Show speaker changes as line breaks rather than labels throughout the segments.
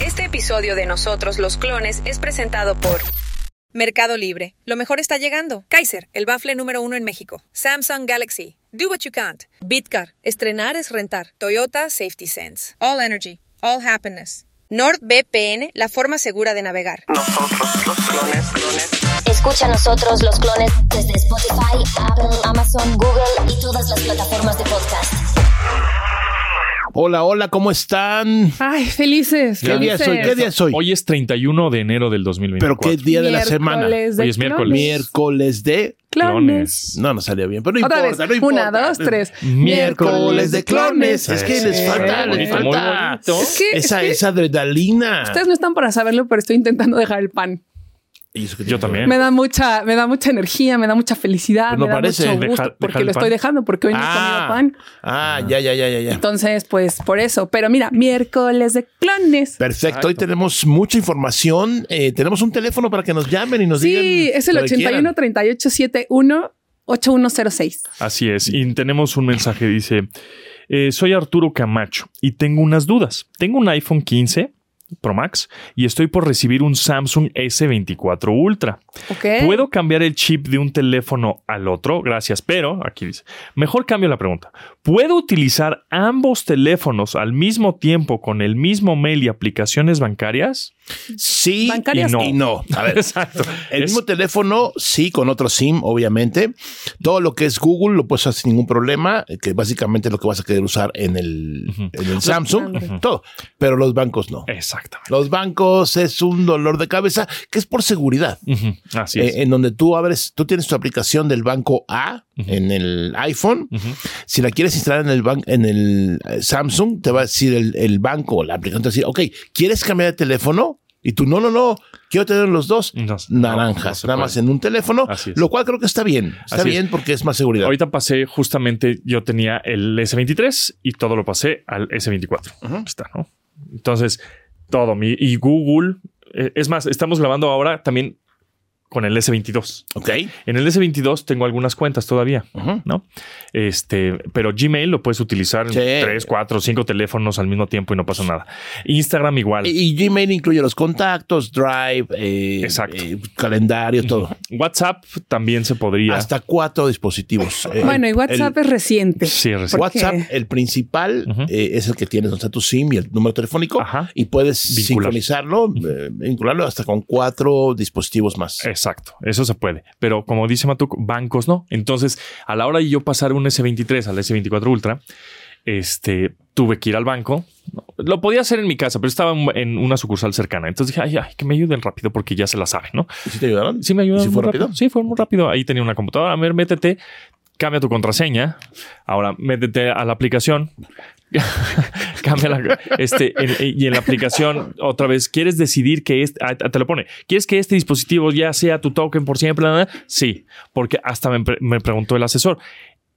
Este episodio de Nosotros los Clones es presentado por
Mercado Libre. Lo mejor está llegando. Kaiser, el bafle número uno en México. Samsung Galaxy. Do what you can't. Bitcar. Estrenar es rentar. Toyota Safety Sense. All Energy. All Happiness. NordVPN, la forma segura de navegar.
Nosotros los clones, clones.
Escucha a nosotros los clones desde Spotify, Apple, Amazon, Google y todas las plataformas de podcast.
Hola, hola, ¿cómo están?
Ay, felices.
¿Qué día es hoy? ¿Qué día es hoy?
Hoy es 31 de enero del 2024.
Pero qué día de la semana.
Hoy es miércoles.
Miércoles de.
Clones.
No, no salía bien, pero no
Otra
importa,
vez.
no importa.
Una, dos, tres.
Miércoles de clones. Es que
Sí.
les falta,
Muy
les
bonito, muy
falta.
bonito.
Es que-
Esa,
es que-
esa adrenalina.
Ustedes no están para saberlo, pero estoy intentando dejar el pan.
Y eso que tiene-
Yo también.
Me da mucha, me da mucha energía, me da mucha felicidad,
Pues no
me da
parece
mucho gusto
dejar-
porque
dejar el
lo estoy
pan.
dejando porque hoy no
Ah,
he comido pan.
ah, ya, ya, ya, ya, ya.
Entonces, pues por eso. Pero mira, miércoles de clones.
Perfecto, hoy
Exacto.
tenemos mucha información. Eh, tenemos un teléfono para que nos llamen y nos digan.
Sí, es el
lo que quieran.
81 38 71 8106.
Así es. Y tenemos un mensaje, dice, eh, soy Arturo Camacho y tengo unas dudas. Tengo un iPhone 15 Pro Max y estoy por recibir un Samsung S24 Ultra.
Ok.
¿Puedo cambiar el chip de un teléfono al otro? Gracias, pero aquí dice, mejor cambio la pregunta. ¿Puedo utilizar ambos teléfonos al mismo tiempo con el mismo mail y aplicaciones bancarias?
Sí
Bancarias.
y no. Y no. A ver,
Exacto.
El
Es-
mismo teléfono, sí, con otro SIM, obviamente. Todo lo que es Google lo puedes hacer sin ningún problema, que básicamente es lo que vas a querer usar en el, en el Samsung, todo. Pero los bancos
Eh.
no.
Exactamente.
Los bancos es un dolor de cabeza que es por seguridad.
Ujú, Así es.
Eh, en donde tú abres, tú tienes tu aplicación del banco A en el iPhone. Si la quieres instalar en el ban- en el eh, Samsung, te va a decir el, el banco o la aplicación, te va a decir, ok, ¿quieres cambiar de teléfono? Y tú, no, no, no, quiero tener los dos
No, no, no
naranjas,
se
nada
puede.
más en un teléfono,
Así es.
lo cual creo que está bien. Está
Así es.
bien porque es más seguridad.
Ahorita pasé justamente, yo tenía el S23 y todo lo pasé al S24. Está, ¿no? Entonces, todo mi y Google. eh, es más, estamos grabando ahora también con el S22.
ok.
En el S22 tengo algunas cuentas todavía,
Ujú.
¿no? Este, pero Gmail lo puedes utilizar en
Sí.
tres, cuatro, cinco teléfonos al mismo tiempo y no pasa nada. Instagram igual.
Y, y Gmail incluye los contactos, Drive, eh,
Exacto.
eh, calendario, todo.
WhatsApp también se podría.
Hasta cuatro dispositivos. Eh,
Bueno, y
el-
WhatsApp es reciente.
Sí, recién.
¿Por qué?
WhatsApp, el principal,
Ujú.
eh, es el que tienes, o sea, tu SIM y el número telefónico,
Ajá.
y puedes
Vincular.
sincronizarlo, eh, vincularlo hasta con cuatro dispositivos más.
Exacto, eso se puede. Pero como dice Matuk, bancos no. Entonces, a la hora de yo pasar un S23 al S24 Ultra, este, tuve que ir al banco. Lo podía hacer en mi casa, pero estaba en- en una sucursal cercana. Entonces dije, ay, ay, que me ayuden rápido porque ya se la saben, ¿no?
¿Y si te ayudaron?
Sí, me ayudaron.
¿Y si fue
muy
rápido?
Sí, fue muy rápido. Ahí tenía una computadora. A ver, métete, cambia tu contraseña. Ahora, métete a la aplicación. cambia la. Este, en- y en la aplicación, otra vez, ¿quieres decidir que este. ah, te lo pone. ¿Quieres que este dispositivo ya sea tu token por siempre? Nada? Sí, porque hasta me, pre- me preguntó el asesor.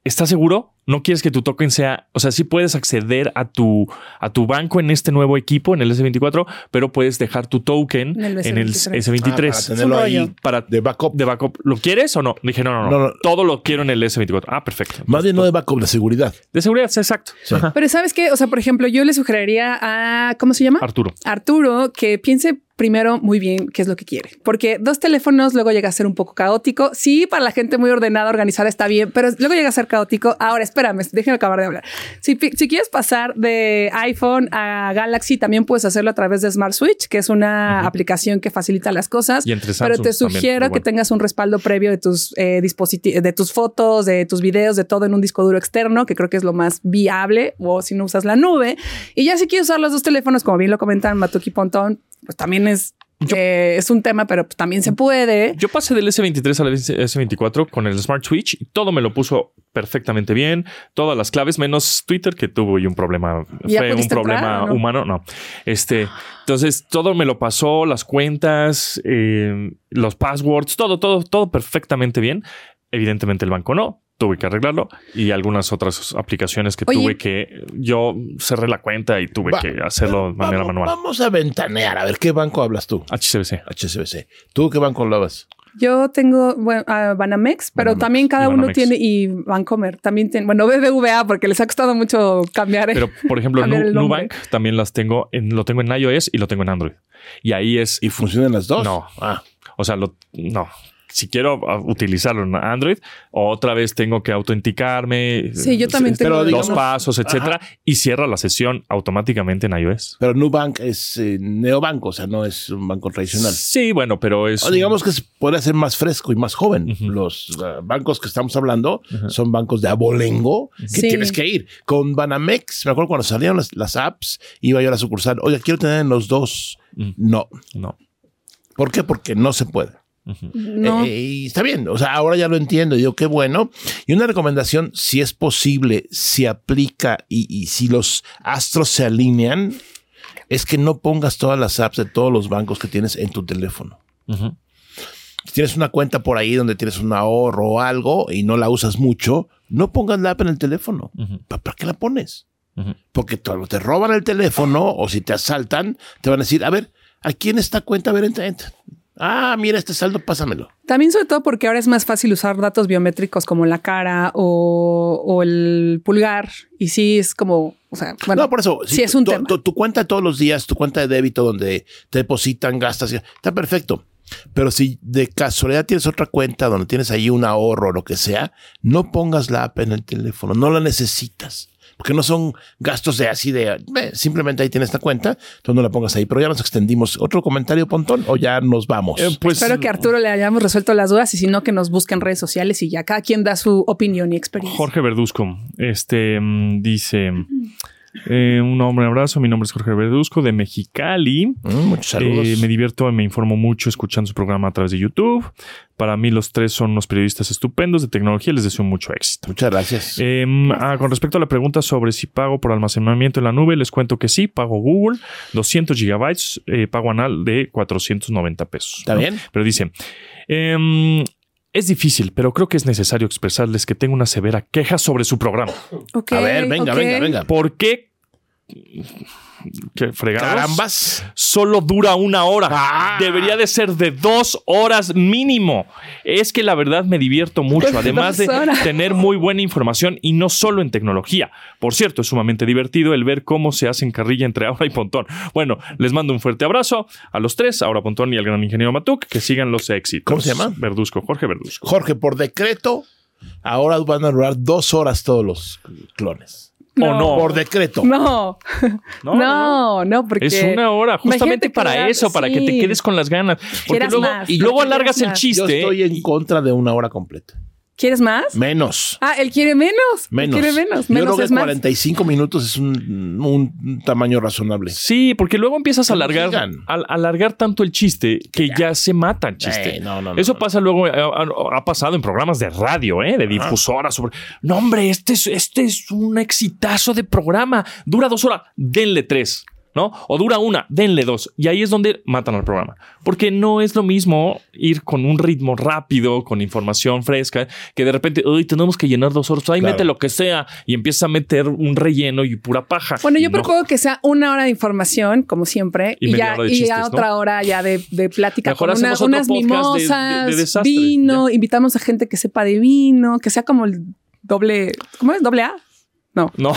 ¿Estás seguro? ¿No quieres que tu token sea, o sea, sí puedes acceder a tu, a tu banco en este nuevo equipo, en el S24, pero puedes dejar tu token
En el
en el
S23.
Ah, para
S23
tenerlo ahí
para
de backup.
de backup. ¿Lo quieres o no? Le dije, no, no, no,
No, no.
Todo lo quiero en el S24. Ah, perfecto.
Más bien no de backup, de seguridad.
De seguridad, sí, exacto. Ajá.
Pero sabes qué, o sea, por ejemplo, yo le sugeriría a, ¿cómo se llama?
Arturo.
Arturo, que piense primero muy bien qué es lo que quiere, porque dos teléfonos luego llega a ser un poco caótico. Sí, para la gente muy ordenada, organizada está bien, pero luego llega a ser caótico. Ahora, espérame, déjenme acabar de hablar. Si, pi- si quieres pasar de iPhone a Galaxy, también puedes hacerlo a través de Smart Switch, que es una aplicación que facilita las cosas.
Y entre
pero te
Samsung también,
sugiero
muy
que
bueno.
tengas un respaldo previo de tus eh, dispositi- de tus fotos, de tus videos, de todo en un disco duro externo, que creo que es lo más viable, o si no usas la nube. Y ya si quieres usar los dos teléfonos, como bien lo comentan Matuki y Pontón, pues también es, eh, es un tema, pero pues también se puede.
Yo pasé del S23 al S24 con el Smart Switch y todo me lo puso perfectamente bien. Todas las claves, menos Twitter, que tuvo y un problema.
¿Ya
Fue un
pudiste entrar
problema
o no?
humano. No. Este, entonces todo me lo pasó, las cuentas, eh, los passwords, todo, todo, todo perfectamente bien. Evidentemente el banco no. Tuve que arreglarlo y algunas otras aplicaciones que
Oye.
tuve que yo cerré la cuenta y tuve
Va-
que hacerlo de manera
vamos,
manual.
Vamos a ventanear, a ver qué banco hablas tú.
HCBC.
HSBC. ¿Tú qué banco hablabas?
Yo tengo bueno, ah, Banamex, pero
Banamex
también cada
y
uno
Banamex.
tiene y Bancomer también tiene, bueno, BBVA porque les ha costado mucho cambiar. ¿eh?
Pero, por ejemplo,
Cambiar
Nu-
el nombre.
Nubank también las tengo, en, lo tengo en iOS y lo tengo en Android. Y ahí es,
¿Y funcionan las dos?
No.
Ah,
o sea, lo, no. Si quiero ah, utilizarlo en Android, otra vez tengo que autenticarme.
Sí, yo
eh,
también
este,
tengo,
dos
digamos-
pasos, etcétera, y cierra la sesión automáticamente en iOS.
pero Nubank es eh, neobanco, o sea, no es un banco tradicional.
Sí, bueno, pero es
O digamos que es- podría ser más fresco y más joven. Los eh, bancos que estamos hablando son bancos de abolengo que
Sí.
tienes que ir. Con Banamex, me acuerdo cuando salieron las, las apps, iba yo a la sucursal. Oiga, quiero tener en los dos. No.
no.
¿Por qué? Porque no se puede.
no.
Eh, eh, y está bien, o sea, ahora ya lo entiendo, digo, qué bueno. Y una recomendación, si es posible, si aplica y, y si los astros se alinean, es que no pongas todas las apps de todos los bancos que tienes en tu teléfono.
Ujú.
Si tienes una cuenta por ahí donde tienes un ahorro o algo y no la usas mucho, no pongas la app en el teléfono.
Ujú.
¿Pa- ¿Para qué la pones?
Ujú.
Porque cuando te roban el teléfono o si te asaltan, te van a decir, a ver, aquí en esta cuenta, a ver, entra, entra. Ah, mira este saldo, pásamelo.
También sobre todo porque ahora es más fácil usar datos biométricos como la cara o, o el pulgar y sí es como, o sea, bueno,
no, por eso.
sí es un
tu,
tema.
tu- tu cuenta todos los días, tu cuenta de débito donde te depositan, gastas, y- está perfecto. Pero si de casualidad tienes otra cuenta donde tienes ahí un ahorro o lo que sea, no pongas la app en el teléfono, no la necesitas. Porque no son gastos de así de eh, simplemente ahí tienes esta cuenta, entonces no la pongas ahí. Pero ya nos extendimos. ¿Otro comentario, Pontón? O ya nos vamos.
Eh, pues,
Espero que a Arturo le hayamos resuelto las dudas y si no que nos busquen redes sociales y ya cada quien da su opinión y experiencia.
Jorge Verduzco, este mm, dice eh, un hombre abrazo. Mi nombre es Jorge Verduzco de Mexicali.
Mm, muchos saludos.
Eh, me divierto y me informo mucho escuchando su programa a través de YouTube. Para mí, los tres son unos periodistas estupendos de tecnología y les deseo mucho éxito.
Muchas gracias.
Eh, ah, con respecto a la pregunta sobre si pago por almacenamiento en la nube, les cuento que sí, pago Google 200 gigabytes, eh, pago anual de 490 pesos.
¿Está
¿no?
bien?
Pero dice, em, es difícil, pero creo que es necesario expresarles que tengo una severa queja sobre su programa.
Ok,
a ver, venga,
ok.
venga, venga.
¿Por qué? ¿Qué fregados?
Carambas.
solo dura una hora.
Ah.
Debería de ser de dos horas mínimo. Es que la verdad me divierto mucho, además de
Dos horas.
tener muy buena información y no solo en tecnología. Por cierto, es sumamente divertido el ver cómo se hacen carrilla entre Aura y Pontón. Bueno, les mando un fuerte abrazo a los tres, Aura Pontón y al gran ingeniero Matuk, que sigan los éxitos.
¿Cómo se llama?
Verduzco, Jorge Verduzco.
Jorge, por decreto, ahora van a durar dos horas todos los clones.
¿O
No.
Oh, no?
Por decreto.
No, no,
No, no,
no, porque
Es una hora, justamente
Imagínate que
para
durar-
eso, para que te
sí.
quedes con las ganas. Porque
Quieras
luego,
más,
y luego
porque quieras
alargas el
más.
Yo
chiste. ¿eh?
estoy en contra de una hora completa.
¿Quieres más?
Menos.
Ah, él quiere menos. él
Menos.
Quiere menos.
Yo
Menos
creo
es
que
más.
45 minutos es un, un tamaño razonable.
Sí, porque luego empiezas a
Que no
alargar,
sigan.
al- alargar tanto el chiste que ya, se mata el chiste.
Eh, no, no, no,
Eso
no.
pasa luego, eh, ha, ha pasado en programas de radio, ¿eh? de difusoras. Sobre... No, hombre, este es, este es un exitazo de programa. Dura dos horas, denle tres. ¿No? O dura una, denle dos. Y ahí es donde matan al programa. Porque no es lo mismo ir con un ritmo rápido, con información fresca, que de repente, hoy tenemos que llenar dos horas, ahí
Claro.
mete lo que sea, y empiezas a meter un relleno y pura paja.
Bueno, yo
No.
propongo que sea una hora de información, como siempre,
Y
y,
media
ya,
hora de
y
chistes,
ya
¿no?
otra hora ya de, de plática
Mejor
con una-
hacemos otro
unas
podcast de- de- de
mimosas,
desastre,
vino, invitamos a gente que sepa de vino, que sea como el doble, ¿cómo es? ¿Doble A? No,
No,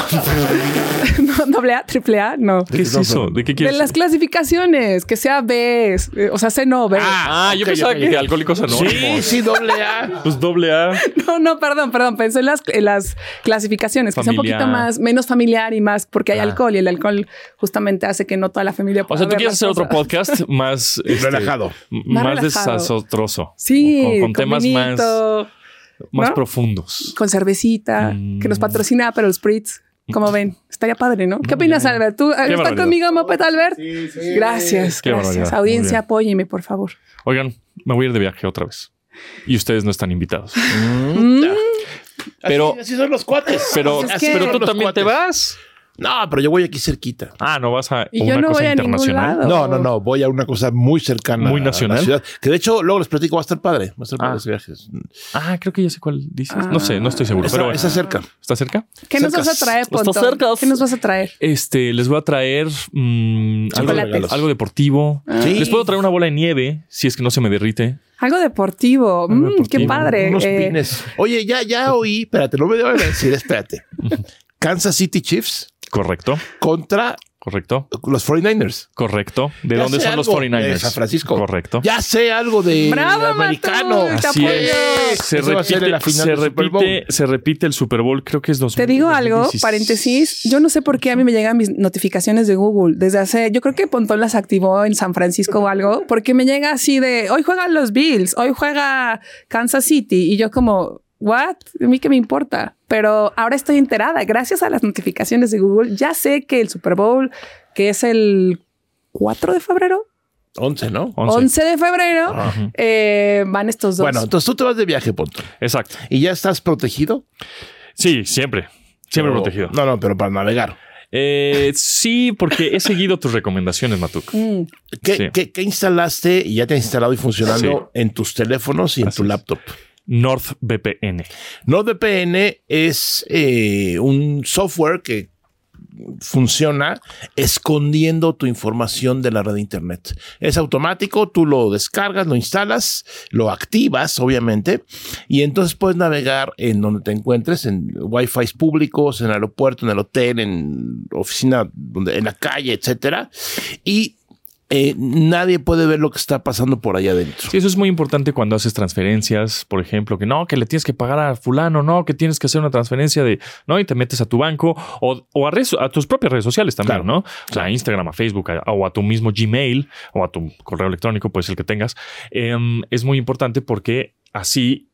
no, doble A, triple A, no.
¿Qué es eso? ¿De qué
De
quieres?
las clasificaciones, que sea B, eh, o sea, C no, B.
Ah, yo
ok,
pensaba
ok,
que
ok.
alcohólicos anónimos.
Sí, sí, doble A.
Pues doble A.
No, no, perdón, perdón, pensé en las, en las clasificaciones, que sea un
Familiar.
poquito más, menos familiar y más, porque hay
Claro.
alcohol y el alcohol justamente hace que no toda la familia
O
pueda
sea, tú
ver
quieres
las
hacer otro
cosas.
podcast más este,
Relajado.
m-
Más
Más
relajado.
desastroso.
Sí,
Con, con
con
temas más,
vinito,
más
¿no?
profundos.
con cervecita,
Mm.
que nos patrocina pero los Spritz. Como ven, estaría padre, ¿no? ¿Qué opinas, Albert? ¿Tú estás
barbaridad.
conmigo, Mopet Albert? Gracias,
Qué
gracias.
barbaridad. Muy bien.
Audiencia, apóyeme, por favor.
Oigan, me voy a ir de viaje otra vez. Y ustedes no están invitados. Pero,
Mm.
Mm,
Así, así son los cuates.
Mm. pero,
Pues es que-
pero tú
Los
también te
cuates.
vas.
No, pero yo voy aquí cerquita.
Ah, no vas a
Y
una
yo no
cosa
voy a ningún
internacional.
lado.
No, no, no. Voy a una cosa muy cercana.
Muy
a la
nacional.
ciudad, que de hecho, luego les platico, va a estar padre. Va a estar padre
Ah.
ese viaje.
Ah, creo que ya sé cuál dices. No sé, no estoy seguro.
Está,
pero bueno.
está cerca.
¿Está cerca?
¿Qué nos
Cercas.
vas a traer,
Está
Pontón?
cercas.
¿Qué nos vas a traer?
Este, les voy a traer mm, algo,
Chocolates.
algo- algo deportivo.
Sí.
Les puedo traer una bola de nieve si es que no se me derrite.
Algo deportivo. Mm,
deportivo.
Qué padre.
Unos
Eh,
pines. Oye, ya, ya oí. Espérate, no me debo decir. Espérate. Kansas City Chiefs
Correcto,
contra
correcto,
los 49ers.
correcto. ¿De
Ya
dónde
sé
son los
algo
49ers?
de San Francisco.
Correcto.
Ya sé algo de
Bravo, Matú,
americano.
te
Así
apoyo.
es. Se
pues. Eso va a ser en
repite,
la final
se,
del Super
repite,
Bowl.
se repite el Super Bowl, creo que es 2000.
Te digo algo,
2016.
paréntesis. Yo no sé por qué a mí me llegan mis notificaciones de Google desde hace. Yo creo que Pontón las activó en San Francisco o algo, porque me llega así de hoy juegan los Bills, hoy juega Kansas City. Y yo, como, ¿what? ¿A mí qué me importa? Pero ahora estoy enterada. Gracias a las notificaciones de Google, ya sé que el Super Bowl, que es el 4 de febrero,
11, ¿no?
11.
11 de febrero, eh, van estos dos.
Bueno, entonces tú te vas de viaje, punto.
Exacto.
¿Y ya estás protegido?
Sí, siempre. Siempre
O-
protegido.
No, no, pero para navegar.
Eh, sí, porque he seguido tus recomendaciones, Matuk.
Mm.
¿Qué,
Sí.
qué- qué instalaste y ya te has instalado y funcionando en tus teléfonos y en
Así
tu
es.
laptop?
NordVPN.
NordVPN es eh, un software que funciona escondiendo tu información de la red de internet. Es automático, tú lo descargas, lo instalas, lo activas, obviamente, y entonces puedes navegar en donde te encuentres, en wifi públicos, en el aeropuerto, en el hotel, en oficina, donde, en la calle, etcétera, y eh, nadie puede ver lo que está pasando por allá adentro.
Sí, eso es muy importante cuando haces transferencias, por ejemplo, que no, que le tienes que pagar a fulano, no, que tienes que hacer una transferencia de, no, y te metes a tu banco o, o a, redes- a tus propias redes sociales también,
Claro.
¿no? O sea, a Instagram, a Facebook, a- o a tu mismo Gmail, o a tu correo electrónico, pues el que tengas. Em, es muy importante porque así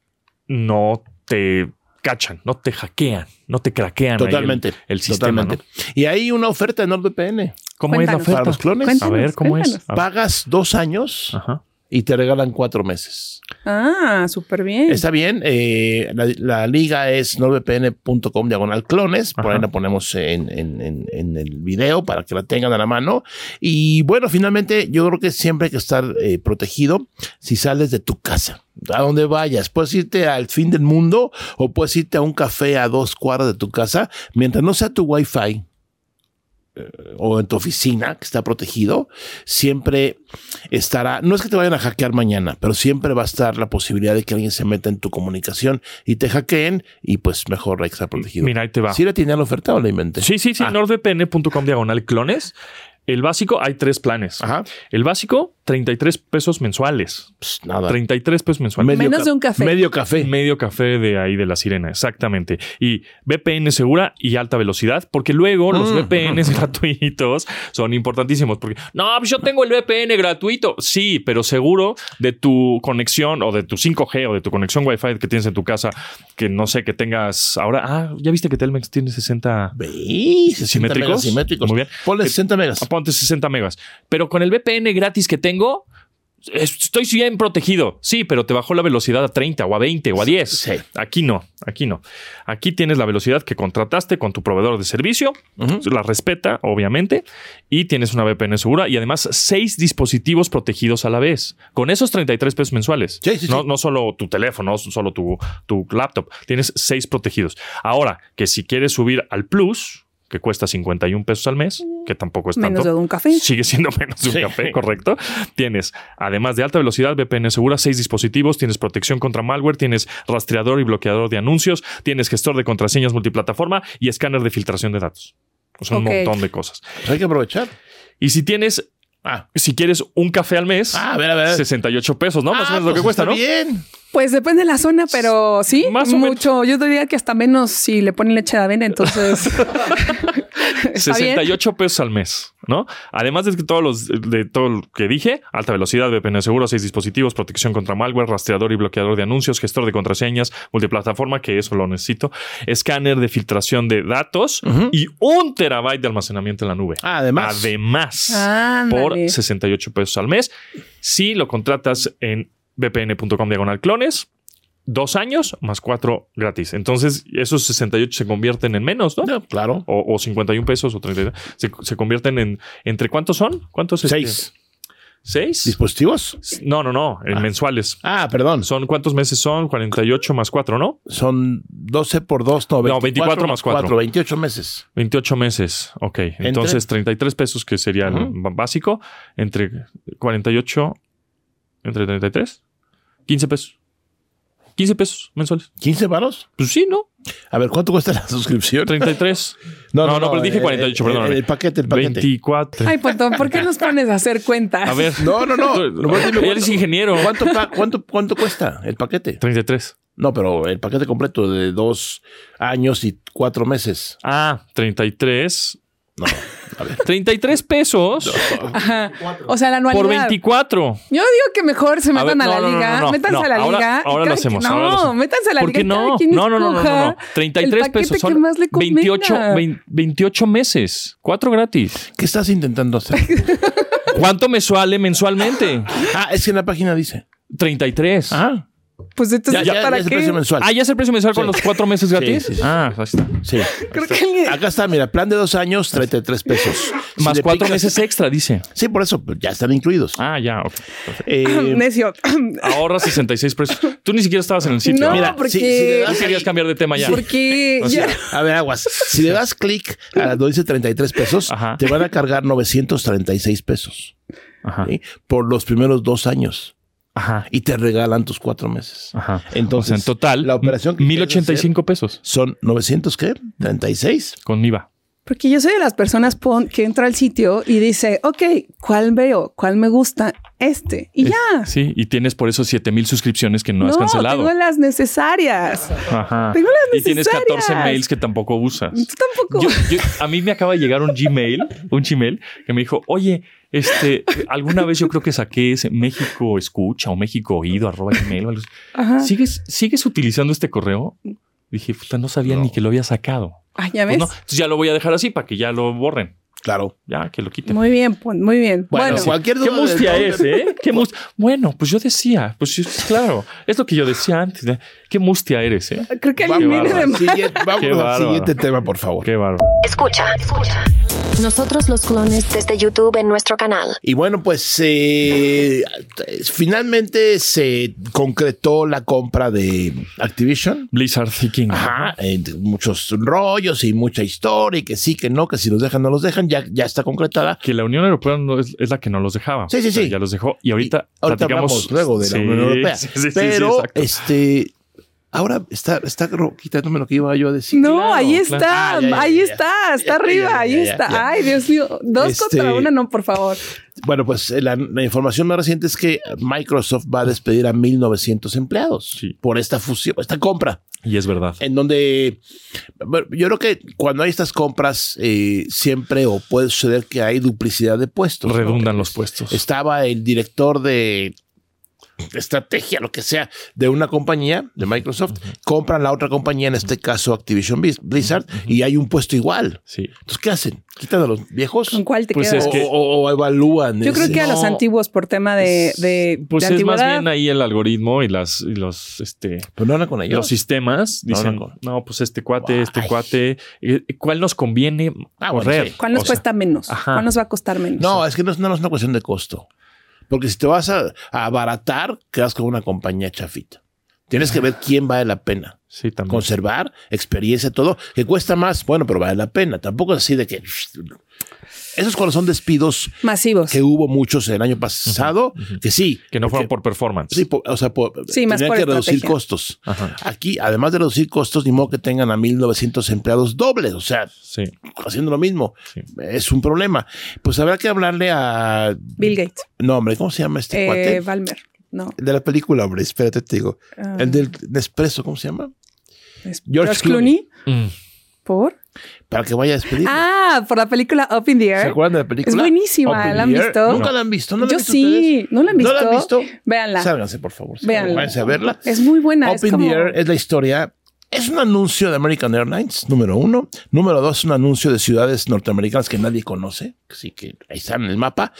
no te cachan, no te hackean, no te craquean. ahí el-
Totalmente.
El, sistema,
totalmente.
¿no?
Y hay una oferta en NordVPN.
¿Cómo
Cuéntanos.
es la
Para los
oferta?
clones. Ah.
A ver, ¿cómo es? A ver.
Pagas dos años
Ajá.
y te regalan cuatro meses.
Ah, súper bien.
Está bien. eh, la, la liga es nordvpn.com diagonal clones. Por
Ajá.
ahí la ponemos en, en- en- en el video para que la tengan a la mano. Y bueno, finalmente yo creo que siempre hay que estar eh, protegido si sales de tu casa. A donde vayas, puedes irte al fin del mundo o puedes irte a un café a dos cuadras de tu casa, mientras no sea tu wifi eh, o en tu oficina que está protegido, siempre estará, no es que te vayan a hackear mañana, pero siempre va a estar la posibilidad de que alguien se meta en tu comunicación y te hackeen y pues mejor hay que estar protegido.
Mira, ahí te va.
¿Sí la tenía la oferta o la inventé?
Sí, sí, sí,
Ah.
nordvpn.com diagonal clones. El básico, hay tres planes.
Ajá.
El básico, 33 pesos mensuales.
Pues nada.
33 pesos mensuales.
medio
Menos de un café.
Medio café.
Medio café de ahí de la sirena, exactamente. Y VPN segura y alta velocidad, porque luego los
Mm.
VPNs gratuitos son importantísimos. Porque no, pues yo tengo el VPN gratuito. Sí, pero seguro de tu conexión o de tu 5G o de tu conexión Wi-Fi que tienes en tu casa, que no sé, que tengas ahora. Ah, ya viste que Telmex tiene 60.
Ve, 60
¿Simétricos?
megas simétricos.
Muy bien.
Ponle
Eh,
60 megas.
Ponte 60 megas. Pero con el VPN gratis que tengo, es- estoy bien protegido. Sí, pero te bajó la velocidad a 30 o a 20 o a 10.
Sí.
Aquí no, aquí no. Aquí tienes la velocidad que contrataste con tu proveedor de servicio, la respeta, obviamente, y tienes una VPN segura y además seis dispositivos protegidos a la vez. Con esos 33 pesos mensuales.
Sí, sí, sí.
no, no solo tu teléfono, no solo tu, tu laptop. Tienes seis protegidos. Ahora, que si quieres subir al Plus, que cuesta 51 pesos al mes, que tampoco es
Menos
tanto.
de un café.
Sigue siendo menos de un
Sí.
café, correcto. Tienes, además de alta velocidad, VPN segura, seis dispositivos, tienes protección contra malware, tienes rastreador y bloqueador de anuncios, tienes gestor de contraseñas multiplataforma y escáner de filtración de datos. O sea,
Ok.
un montón de cosas.
Pues hay que aprovechar.
Y si tienes,
Ah,
si quieres un café al mes,
Ah, a ver, a ver.
68 pesos, ¿no? Más
Ah,
o menos lo que
pues
cuesta,
está
¿no?
bien.
Pues depende de la zona, pero sí,
Más o
mucho. Yo diría que hasta menos si le ponen leche de avena, entonces. Está bien.
68 pesos al mes, ¿no? Además de que todos los de todo lo que dije, alta velocidad, VPN seguro, seis dispositivos, protección contra malware, rastreador y bloqueador de anuncios, gestor de contraseñas, multiplataforma, que eso lo necesito, escáner de filtración de datos y un terabyte de almacenamiento en la nube.
Ah, además.
Además,
Ándale.
por 68 pesos al mes. Si lo contratas en vpn.com diagonal clones, dos años más cuatro gratis. Entonces, esos 68 se convierten en menos, ¿no?
No, claro.
O, o 51 pesos o 30. Se, se convierten en. ¿Entre cuántos son? ¿Cuántos? este,
Seis.
¿Seis?
¿Dispositivos?
No, no, no. En
Ah.
mensuales.
Ah, perdón.
¿Son cuántos meses son? 48 más 4, ¿no?
Son 12 por 2, no, 24,
No, 24 más cuatro.
28 meses.
28 meses. Ok. Entonces, 33 pesos, que sería el
Ujú.
ba- básico, entre 48, entre 33, 15 pesos. 15 pesos mensuales.
¿15 varos?
Pues sí, ¿no?
A ver, ¿cuánto cuesta la suscripción?
33. no, no, pero dije
eh,
48,
eh,
perdóname.
El paquete, el paquete.
24.
Ay, Pontón, ¿por qué nos pones a hacer cuentas?
A ver.
No, no, no. Nomás dime
Él es ingeniero.
¿Cuánto, pa- cuánto, ¿Cuánto cuesta el paquete?
33.
No, pero el paquete completo de dos años y cuatro meses.
Ah, 33.
No, a ver.
33 pesos
Ajá. O sea, la anualidad.
por 24.
Yo digo que mejor se
A ver,
metan a,
no,
la
no, no,
liga.
no, no.
métanse
No,
a la
ahora-
liga. y
ahora lo
cada
hacemos,
quien-
ahora lo
No,
hacemos.
métanse a la
¿Por
liga.
qué
y cada
no?
quien
No, no, no, no, no,
escoja
no. 33
el paquete
pesos.
que
Son
más le convenga.
28, 20 28 meses. 4 gratis.
¿Qué estás intentando hacer?
¿Cuánto me sale mensualmente?
ah, es que en la página dice.
33.
Ah,
Pues
ya,
entonces,
ya, ya
¿para
es el
qué?
precio mensual.
Ah, ya es el precio mensual con
Sí.
los 4 meses
Sí,
gratis.
sí, sí.
Ah, ahí está.
Sí.
Creo que alguien-
Acá está, mira, plan de dos años, 33 pesos. Si
Más
le
4
picas-
meses extra, dice.
Sí, por eso, pues, ya están incluidos.
Ah, ya, ok.
Eh,
Necio.
Ahorra 66 pesos. Tú ni siquiera estabas en el sitio.
No,
¿no?
mira,
porque-
si, si le
Tú
das
querías cambiar de tema ya.
Porque
O
ya-
sea,
A ver, aguas. Si le das clic a la donde dice 33 pesos,
Ajá.
te van a cargar 936 pesos
Ajá.
¿sí? por los primeros dos años
Ajá.
y te regalan tus cuatro meses.
Ajá.
Entonces,
O sea, Ah. en total,
la operación que quieres
1085 pesos
Son 900, ¿qué? 36.
con IVA.
Porque yo soy de las personas pon- que entra al sitio y dice, ok, ¿cuál veo? ¿Cuál me gusta? Este. Y ya.
Es- Sí, y tienes por eso 7000 suscripciones que no, has cancelado.
tengo las necesarias.
Ajá.
tengo las
y tienes 14
necesarias.
mails que tampoco usas.
Tú tampoco.
Yo- yo- a mí me acaba de llegar un Gmail, un Gmail que me dijo, oye, este, alguna vez yo creo que saqué ese México escucha o México oído arroba Gmail. o algo así.
Ajá.
¿Sigues, ¿Sigues utilizando este correo? Dije, puta, no sabía ni que lo había sacado.
Ay, Ah, ya
Pues
ves.
no, entonces ya lo voy a dejar así para que ya lo borren.
Claro.
Ya, que lo quiten.
Muy bien, pon, muy bien.
Bueno,
Bueno,
sí. cualquier duda
Qué mustia
del-
es, ¿eh? Qué mus- bueno, pues yo decía, pues sí, claro, es lo que yo decía antes. ¿eh? Qué mustia eres, ¿eh?
creo que
Vamos,
alguien viene de
bárbaro.
Siguiente-
Qué
vamos al
bárbaro.
siguiente tema, por favor.
Qué bárbaro.
Escucha, escucha. Nosotros los clones desde YouTube en nuestro canal.
Y bueno, pues eh, finalmente se concretó la compra de Activision.
Blizzard y King.
Ajá, eh, muchos rollos y mucha historia y que sí, que no, que si los dejan, no los dejan, ya, ya está concretada.
Que la Unión Europea no es, es la que no los dejaba.
Sí, sí,
O sea,
sí.
Ya los dejó. Y ahorita,
Y ahorita hablamos luego de la
Sí,
Unión Europea.
sí, sí, sí, sí,
Pero
exacto.
este ahora está, está ro- quitándome lo que iba yo a decir.
No,
claro,
ahí
claro.
está,
Ah, ya, ya,
ahí
ya,
está,
ya.
está
Ya,
arriba,
ya, ya,
ahí
ya,
está.
ya.
Ay, Dios mío, dos
Este-
contra una, no, por favor.
Bueno, pues eh, la, la información más reciente es que Microsoft va a despedir a 1900 empleados
Sí.
por esta fusión, esta compra,
Y es verdad.
en donde bueno, yo creo que cuando hay estas compras eh, siempre o puede suceder que hay duplicidad de puestos. ¿no?
Redundan los
Pues,
puestos.
estaba el director de estrategia, lo que sea, de una compañía, de Microsoft, compran la otra compañía, en este caso Activision Blizz- Blizzard, y hay un puesto igual.
sí.
Entonces, ¿qué hacen? ¿Quitan a los viejos?
¿Con cuál te
Pues
quedas?
es
o,
que-
o- o evalúan.
Yo creo
ese?
que a los
no,
antiguos por tema de, de,
Pues
de
es más
antigüedad.
bien ahí el algoritmo y las y los este
Pero Pues no hablan con ellos.
los sistemas
No,
dicen
no, no.
no, pues este cuate este
Ay.
cuate eh, cuál nos conviene
Ah, bueno,
correr
sí.
¿Cuál nos
O sea,
cuesta menos?
ajá.
¿Cuál nos va a costar menos?
no, es que no, es- no es una cuestión de costo. Porque si te vas a, a abaratar, quedas con una compañía chafita. Tienes que ver quién vale la pena.
sí también
conservar experiencia, todo, que cuesta más, bueno, pero vale la pena. Tampoco es así de que... Esos cuando son despidos
Masivos.
que hubo muchos el año pasado, que sí.
que no fueron
porque-
por performance
Sí, por- o sea, por,
Sí, más
tenían
por
que reducir
estrategia.
costos.
Ajá.
Aquí, además de reducir costos, ni modo que tengan a 1.900 empleados dobles, o sea,
sí
haciendo lo mismo.
Sí.
Es un problema. Pues habrá que hablarle a...
Bill Gates,
No, hombre, ¿cómo se llama este
eh,
cuate?
Balmer, no.
El De la película, hombre, espérate, te digo.
Ah.
El del Nespresso, ¿cómo se llama?
es
George
George Clooney.
Mm.
¿Por?
Para que vaya a despedir.
Ah, por la película Up in the Air.
¿Se acuerdan de la película?
Es buenísima,
Open
¿la han
Ear.
visto?
Nunca la han visto. ¿No la han
Yo
visto
sí,
ustedes?
¿no la han
¿No la han
visto?
visto?
Véanla.
Sálganse, por favor. sí,
Véanla.
Váyanse a verla.
Es muy buena. es
Open
como-
the Air es la historia. Es un anuncio de American Airlines, número uno. Número dos, un anuncio de ciudades norteamericanas que nadie conoce. Así que ahí están en el mapa.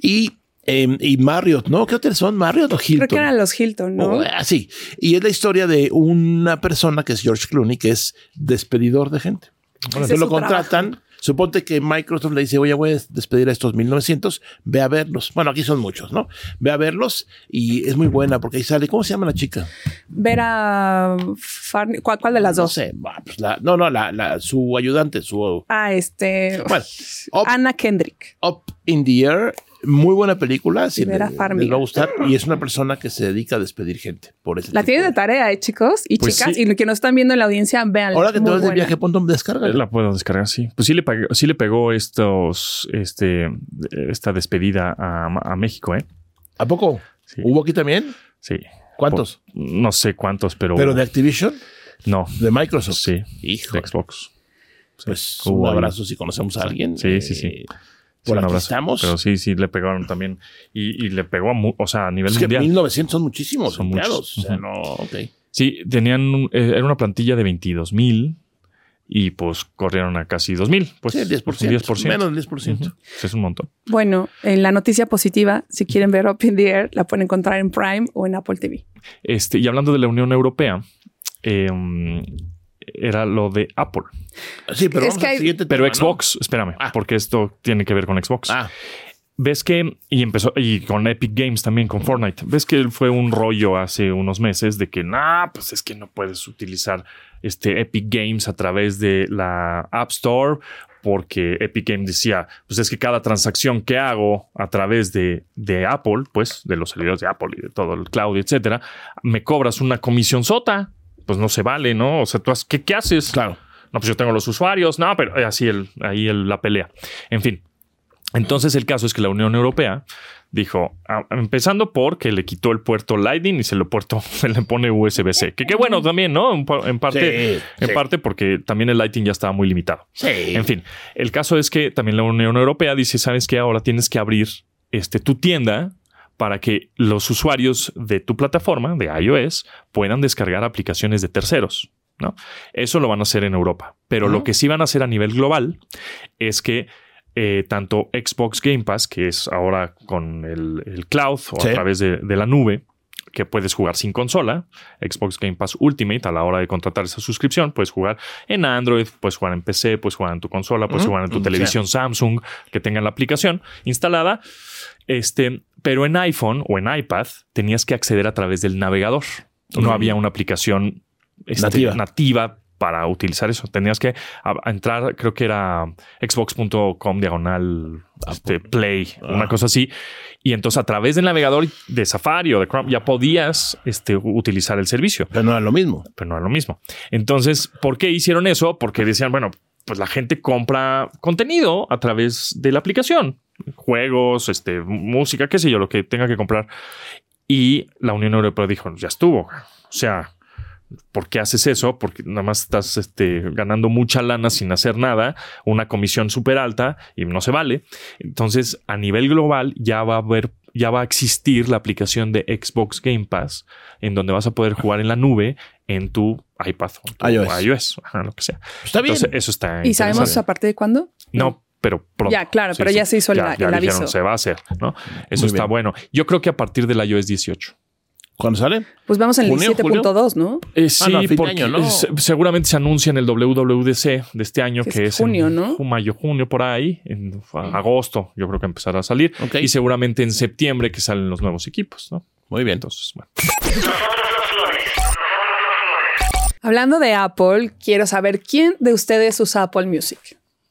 Y eh, y Marriott, ¿no? ¿Qué hoteles son? Marriott o Hilton.
Creo que eran los Hilton, ¿no?
Oh, ah, sí. Y es la historia de una persona que es George Clooney, que es despedidor de gente.
Ese es
Entonces lo
su trabajo.
contratan. Suponte que Microsoft le dice, oye, voy a despedir a estos 1900, ve a verlos. Bueno, aquí son muchos, ¿no? Ve a verlos y es muy buena porque ahí sale, ¿cómo se llama la chica?
Ver a Farney- ¿cuál, cuál de las
No
dos?
sé, va, pues la- no, no, la, la- su ayudante, su...
Ah, este.
Bueno, Up,
Anna Kendrick.
Up in the Air, muy buena película, si le,
Vera Farmiga.
les va a gustar, y es una persona que se dedica a despedir gente. por ese
La
tipo
tienen de tarea, ¿eh, chicos y
Pues
chicas.
sí.
Y que no están viendo en la audiencia, vean.
Ahora que te vas de viaje, punto, descarga.
La puedo descargar, sí. Pues sí le, pag- sí le pegó estos, este, esta despedida a, a México, ¿eh?
¿A poco?
Sí.
¿Hubo aquí también?
Sí.
¿Cuántos?
Por- no sé cuántos, pero.
¿Pero de Activision?
No.
¿De Microsoft?
Sí.
Hijo.
De Xbox.
Pues
Hubo
un
ahí.
abrazo si conocemos a alguien.
Sí, sí, sí.
Eh,
Sí,
Por
un
aquí
abrazo.
estamos.
Pero sí, sí, le pegaron también. Y, y le pegó a, mu- o sea, a nivel
es que
mundial.
1900 son muchísimos
Son
empleados.
muchos.
O sea,
Ujú.
no, ok.
Sí, tenían. un- eh, era una plantilla de 22 mil. Y pues corrieron a casi 2 mil. Pues
sí, el 10%,
un 10%.
Menos del 10%.
Ujú. Sí, Es un montón.
Bueno, en la noticia positiva, si quieren ver Up in the Air, la pueden encontrar en Prime o en Apple TV.
Este, y hablando de la Unión Europea, eh, era lo de Apple.
Sí, pero
Es
vamos
que
al
hay-
siguiente
Pero
tema, ¿no?
Xbox, espérame,
Ah.
porque esto tiene que ver con Xbox.
Ah,
Ves que, y empezó, y con Epic Games también, con Fortnite, ves que fue un rollo hace unos meses de que, nah, pues es que no puedes utilizar este Epic Games a través de la App Store, porque Epic Games decía, pues es que cada transacción que hago a través de, de Apple, pues de los servidores de Apple y de todo el cloud, etcétera, me cobras una comisión sota. Pues no se vale, ¿no? O sea, tú has- ¿qué, qué haces?
claro.
No, pues yo tengo los usuarios, no, pero eh, así el, ahí el- la pelea. En fin. Entonces el caso es que la Unión Europea dijo, a- empezando por que le quitó el puerto Lightning y se lo puerto, se le pone USB-C. Que qué bueno también, ¿no? En, pa- en parte,
Sí,
en
sí.
parte porque también el Lightning ya estaba muy limitado.
Sí.
En fin, el caso es que también la Unión Europea dice, sabes que ahora tienes que abrir este, tu tienda para que los usuarios de tu plataforma, de iOS, puedan descargar aplicaciones de terceros. ¿no? Eso lo van a hacer en Europa. Pero lo que sí van a hacer a nivel global es que eh, tanto Xbox Game Pass, que es ahora con el, el cloud o
Sí.
a través de, de la nube, que puedes jugar sin consola, Xbox Game Pass Ultimate, a la hora de contratar esa suscripción, puedes jugar en Android, puedes jugar en PC, puedes jugar en tu consola, puedes
Ujú.
jugar en tu
Mm,
televisión Samsung, que tengan la aplicación instalada. Este, pero en iPhone o en iPad tenías que acceder a través del navegador. No
Ok.
había una aplicación este,
Nativa.
nativa para utilizar eso. Tenías que a- a entrar, creo que era xbox.com diagonal este, play, una cosa así. Y entonces a través del navegador de Safari o de Chrome ya podías este, utilizar el servicio,
Pero no era lo mismo.
pero no era lo mismo. Entonces, ¿por qué hicieron eso? Porque decían, bueno, pues la gente compra contenido a través de la aplicación, juegos, este, música, qué sé yo, lo que tenga que comprar. Y la Unión Europea dijo, ya estuvo. O sea, ¿por qué haces eso? Porque nada más estás este, ganando mucha lana sin hacer nada, una comisión súper alta y no se vale. Entonces, a nivel global ya va a haber, ya va a existir la aplicación de Xbox Game Pass, en donde vas a poder jugar en la nube en tu iPad o en tu
iOS.
ajá, lo que sea.
Está bien.
Entonces, eso está
¿Y sabemos
Ah, interesante.
a partir de cuándo?
No, pero pronto.
Mm. Ya, claro, pero ya se hizo el-
Ya- ya
el
dijeron,
aviso.
se va a hacer, ¿no? Eso
Muy
está
bien.
bueno. Yo creo que a partir del iOS 18.
¿Cuándo sale?
Pues vamos en el
¿Junio,
7.2, ¿no?
Eh, sí,
no, a fin de
porque eh,
año, ¿no?
se- seguramente se anuncia en el WWDC de este año,
Que
que,
es
es en
junio, ¿no? Mm.
ju- Mayo, junio, por ahí, en a- agosto, yo creo que empezará a salir.
Ok.
Y seguramente en septiembre que salen los nuevos equipos, ¿no?
Muy bien.
Entonces, bueno.
Hablando de Apple, quiero saber quién de ustedes usa Apple Music.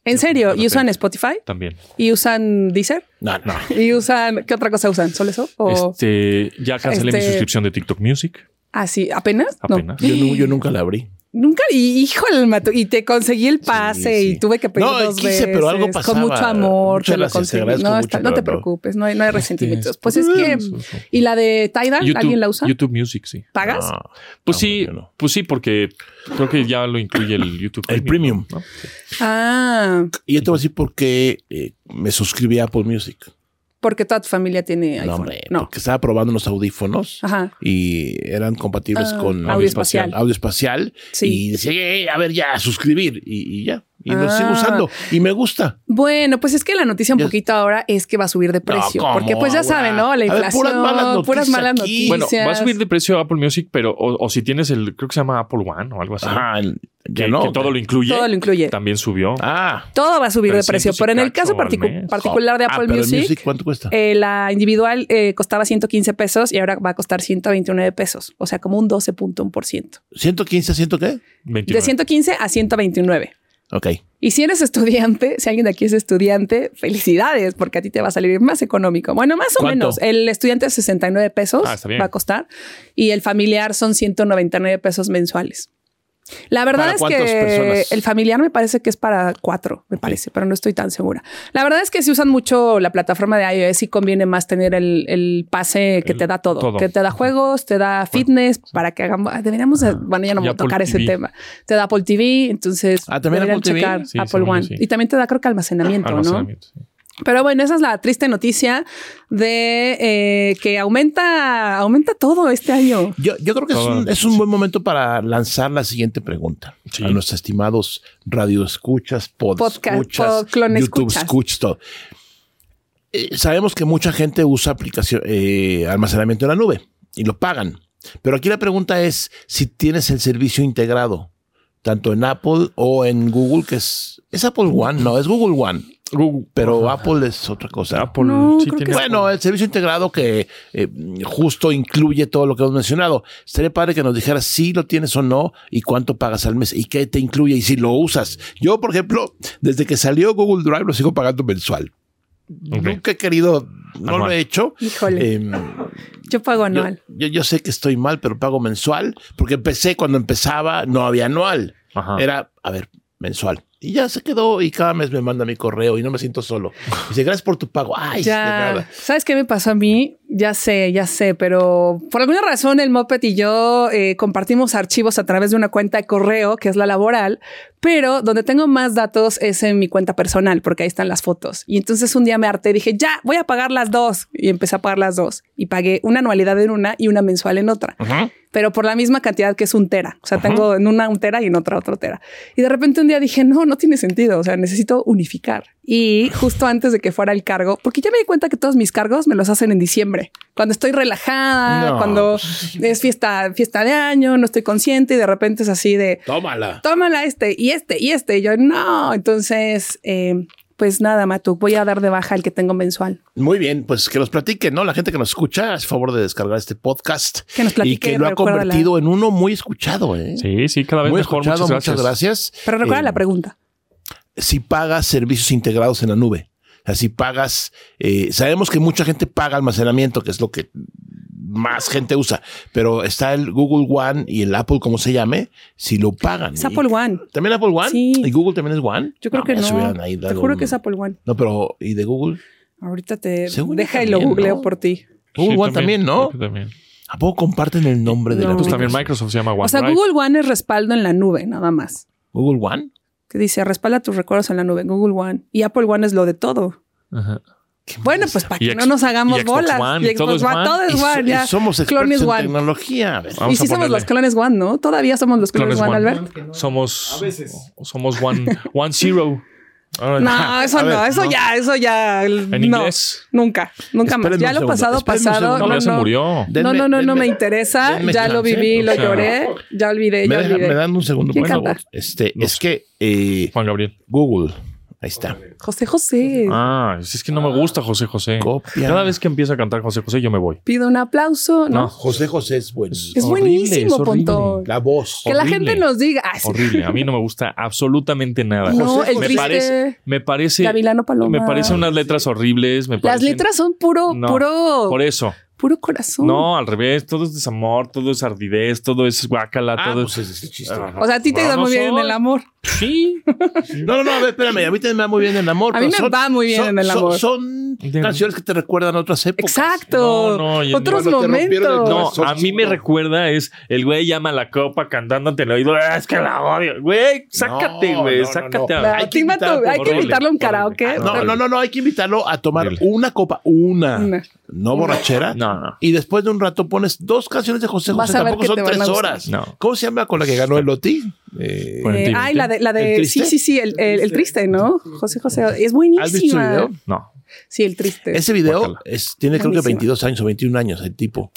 ¿En serio? ¿Y usan Spotify?
También.
¿Y usan Deezer?
No, no.
¿Y usan qué otra cosa usan? ¿Solo eso? ¿O
Este, ya cancelé mi
Este-
suscripción de TikTok Music.
así? ¿Apenas? No.
Apenas.
Yo, nu- yo nunca la abrí.
Nunca, y híjole, Mato, y te conseguí el pase
Sí, sí.
y tuve que pedir
No,
dos
quise,
veces,
pero algo pasaba.
Con mucho amor,
Muchas
te lo
gracias, te
conseguí.
agradezco
no,
mucho,
está- no te
pero no.
preocupes, no hay, no hay resentimientos.
Este,
Pues es que,
eso, eso.
¿y la de Tidal? ¿Alguien la usa?
YouTube Music, sí.
¿Pagas?
No.
Pues
No,
sí,
yo no.
pues sí, porque creo que ya lo incluye el YouTube
El
¿no?
Ah,
Y yo te voy a decir por qué eh, me suscribí a Apple Music.
porque toda tu familia tiene iPhone.
No, hombre,
no.
porque estaba probando unos audífonos
Ajá.
y eran compatibles
Ah,
con
audio espacial.
audio espacial
Sí.
y decía, "Eh, a ver, ya suscribir y, y ya. y lo sigo
Ah.
usando y me gusta.
Bueno, pues es que la noticia un
Yo-
poquito ahora es que va a subir de precio.
¿cómo
porque pues ya
ahora?
saben,
A
¿no? La
ver, puras
inflación,
malas noticias
puras malas
aquí.
noticias.
Bueno, va a subir de precio Apple Music, pero o, o si tienes el, creo que se llama Apple One o algo así.
Ajá, el-
que,
ya no.
que todo lo incluye.
Todo lo incluye.
También subió.
Ah,
Todo va a subir de
300
precio.
y
Pero en el
cacho
caso
al
particu-
mes.
particular de
Ah,
Apple
pero el
Music,
¿Cuánto cuesta?
eh, la individual eh, costaba 115 pesos y ahora va a costar 129 pesos. O sea, como un 12.1%.
115, ¿ciento qué?
29.
De 115 a 129.
Ok.
Y si eres estudiante, si alguien de aquí es estudiante, felicidades, porque a ti te va a salir más económico. Bueno, más o
¿Cuánto?
menos. El estudiante es 69 pesos,
Ah, está bien.
va a costar, y el familiar son 199 pesos mensuales. La verdad
¿Para
es
cuántas
que
personas?
el familiar me parece que es para cuatro, me parece, pero no estoy tan segura. La verdad es que si usan mucho la plataforma de iOS, sí conviene más tener el, el pase que
El-
te da todo,
todo.
que te da juegos, te da fitness, para que hagamos. ah, Deberíamos, de- bueno, ya no
Y
voy a
Apple
tocar ese
TV.
tema. Te da Apple TV, entonces
Ah, ¿también
deberían
Apple TV?
checar
Sí,
Apple
según yo
One.
sí.
Y también te da, creo que almacenamiento,
Almacenamiento, Ah, sí.
¿no? Pero bueno, esa es la triste noticia de eh, que aumenta, aumenta todo este año.
Yo, yo creo que es
Todo.
un, es un buen momento para lanzar la siguiente pregunta
Sí.
a nuestros estimados radioescuchas,
Podcast,
podescuchas,
pod- clon
YouTube
escuchas.
escuchas, todo. Eh, sabemos que mucha gente usa aplicación, eh, almacenamiento en la nube y lo pagan. Pero aquí la pregunta es si tienes el servicio integrado, tanto en Apple o en Google, que es, es Apple One, no, es Google One,
Google,
pero Apple es otra cosa.
Apple
No,
sí
creo que
tiene.
Bueno, el servicio integrado que eh, justo incluye todo lo que hemos mencionado. Sería padre que nos dijeras si lo tienes o no y cuánto pagas al mes y qué te incluye y si lo usas. Yo, por ejemplo, desde que salió Google Drive lo sigo pagando mensual.
Ok.
Nunca he querido, no lo
Anual.
he hecho.
Eh,
Híjole,
Em,
yo pago
yo,
anual.
yo- yo sé que estoy mal, pero pago mensual porque empecé cuando empezaba, no había anual.
Ajá.
Era, a ver, mensual. Y ya se quedó y cada mes me manda mi correo y no me siento solo. Dice, gracias por tu pago. Ay, de nada.
Ya, ¿sabes qué me pasó a mí? Ya sé, ya sé, pero por alguna razón el Moped y yo eh, compartimos archivos a través de una cuenta de correo, que es la laboral, pero donde tengo más datos es en mi cuenta personal, porque ahí están las fotos. Y entonces un día me harté, dije, ya, voy a pagar las dos. Y empecé a pagar las dos. Y pagué una anualidad en una y una mensual en otra pero por la misma cantidad que es un tera. O sea, tengo en una un tera y en otra otro tera. Y de repente un día dije, no, no tiene sentido. O sea, necesito unificar. Y justo antes de que fuera el cargo, porque ya me di cuenta que todos mis cargos me los hacen en diciembre, cuando estoy relajada,
No. pues,
cuando es fiesta, fiesta de año, no estoy consciente y de repente es así de
Tómala.
tómala este y este y este. Y yo no. Entonces, eh, pues nada, Matu, voy a dar de baja el que tengo mensual.
Muy bien, pues que nos platiquen, ¿no? La gente que nos escucha, a favor de descargar este podcast.
Que nos
y
platique,
que lo ha
recuérdala.
convertido en uno muy escuchado, ¿eh?
Sí, sí, cada vez
Muy
mejor.
escuchado,
Muchas gracias.
Pero recuerda
Eh,
la pregunta.
Si pagas servicios integrados en la nube. O sea, si pagas, eh, sabemos que mucha gente paga almacenamiento, que es lo que más gente usa, pero está el Google One y el Apple, como se llame, si lo pagan.
Es Apple One.
¿También Apple One?
Sí.
¿Y Google también es One?
Yo creo que
me
no.
hubieran ahí
Te
dado
juro
un-
que es Apple One.
No, pero ¿y de Google?
Ahorita te
Según yo
deja y lo
también,
googleo
¿no?
por ti.
Google
Sí,
One también, ¿no?
creo que también.
¿A poco comparten el nombre de
No.
la
Pues también
aplicación?
Microsoft se llama OneDrive.
o sea, Google One es respaldo en la nube, nada más.
Google One.
Que dice, respalda tus recuerdos en la nube, Google One. Y Apple One es lo de todo.
Ajá.
Bueno, pues para
Y
que no
Xbox-
nos hagamos
y Xbox
bolas.
One,
Y
todo es
Xbox One,
One.
todo es
Y so-
One,
y
ya.
somos
Clones
expertos en
One.
tecnología. A ver.
Vamos
y
a
sí somos
ponerle
los clones One, ¿no? Todavía somos los clones,
Clones
One,
One.
Albert.
Somos. Somos One, one Zero. Ahora-
No, eso
A ver,
no, eso
no.
ya, eso ya.
En
no,
inglés.
Nunca, nunca
Espérenme
más. Ya
un
lo
segundo,
pasado,
espérenme un
pasado.
segundo.
No,
No,
ya se
no.
murió.
No,
Denme-
no, no, no
denme-
me interesa.
denme
Ya lo
chance,
viví, lo
o sea.
lloré, ya olvidé,
¿Me,
ya
dejan- me
olvidé.
dan un segundo,
¿Quién
por favor?
canta?
Este,
No
es
sé.
que eh,
Juan Gabriel.
Google, ahí está.
José José.
Ah, si es que no me gusta José José.
Copia.
Cada vez que empieza a cantar José José, yo me voy.
Pido un aplauso, ¿no?
No.
José José es bueno.
Es
horrible,
buenísimo,
es horrible.
Pontón.
La voz.
Que la
horrible.
gente nos diga. ah, sí.
Horrible. A mí no me gusta absolutamente nada.
No,
José
el
José.
me
triste
parece, me parece,
Gavilano Paloma.
me parece unas letras horribles. Me
Las
parecen-
letras son puro,
No,
puro,
Por eso.
puro corazón.
No, al revés. Todo es desamor, todo es ardidez, todo es guácala,
Ah,
todo
pues
es.
es este chiste.
Ah,
O sea, a ti te
Vamos
da muy bien
hoy.
el amor.
Sí.
No, no, no, a ver, espérame. A mí también me va muy bien el amor.
A mí
pero
me va muy bien en el
son-
amor.
Son,
De-
canciones que te recuerdan otras épocas.
Exacto.
No, no, y-
Otros
Cuando te rompieron el
momentos.
No,
Son
a mí me
chido.
recuerda es el güey llama a la copa cantándote el oído. "Ah, Es que la odio. Güey, sácate,
No,
güey,
no, no,
sácate.
no.
a-
Claro,
Hay
Hay
que
que,
invitarlo,
hay que
horrible,
invitarlo a un
horrible.
karaoke.
Ah,
No, no, no, no. Hay que invitarlo a tomar
Horrible.
una copa, una,
Una.
no borrachera.
No, no.
Y después de un rato pones dos canciones de José
Vas
José,
a ver
tampoco
que
son
te van
tres
a gustar.
horas.
No.
¿Cómo se llama con la que ganó el Oti? Eh,
Eh,
40 y
ay,
20.
la de, la de-
¿El
sí,
triste?
sí, sí, el, el- el triste, ¿no? José José, es buenísima.
¿Has visto el video?
No.
Sí, el triste.
Ese video
Guácala.
es- tiene creo que
Buenísima.
22 años o 21 años el tipo.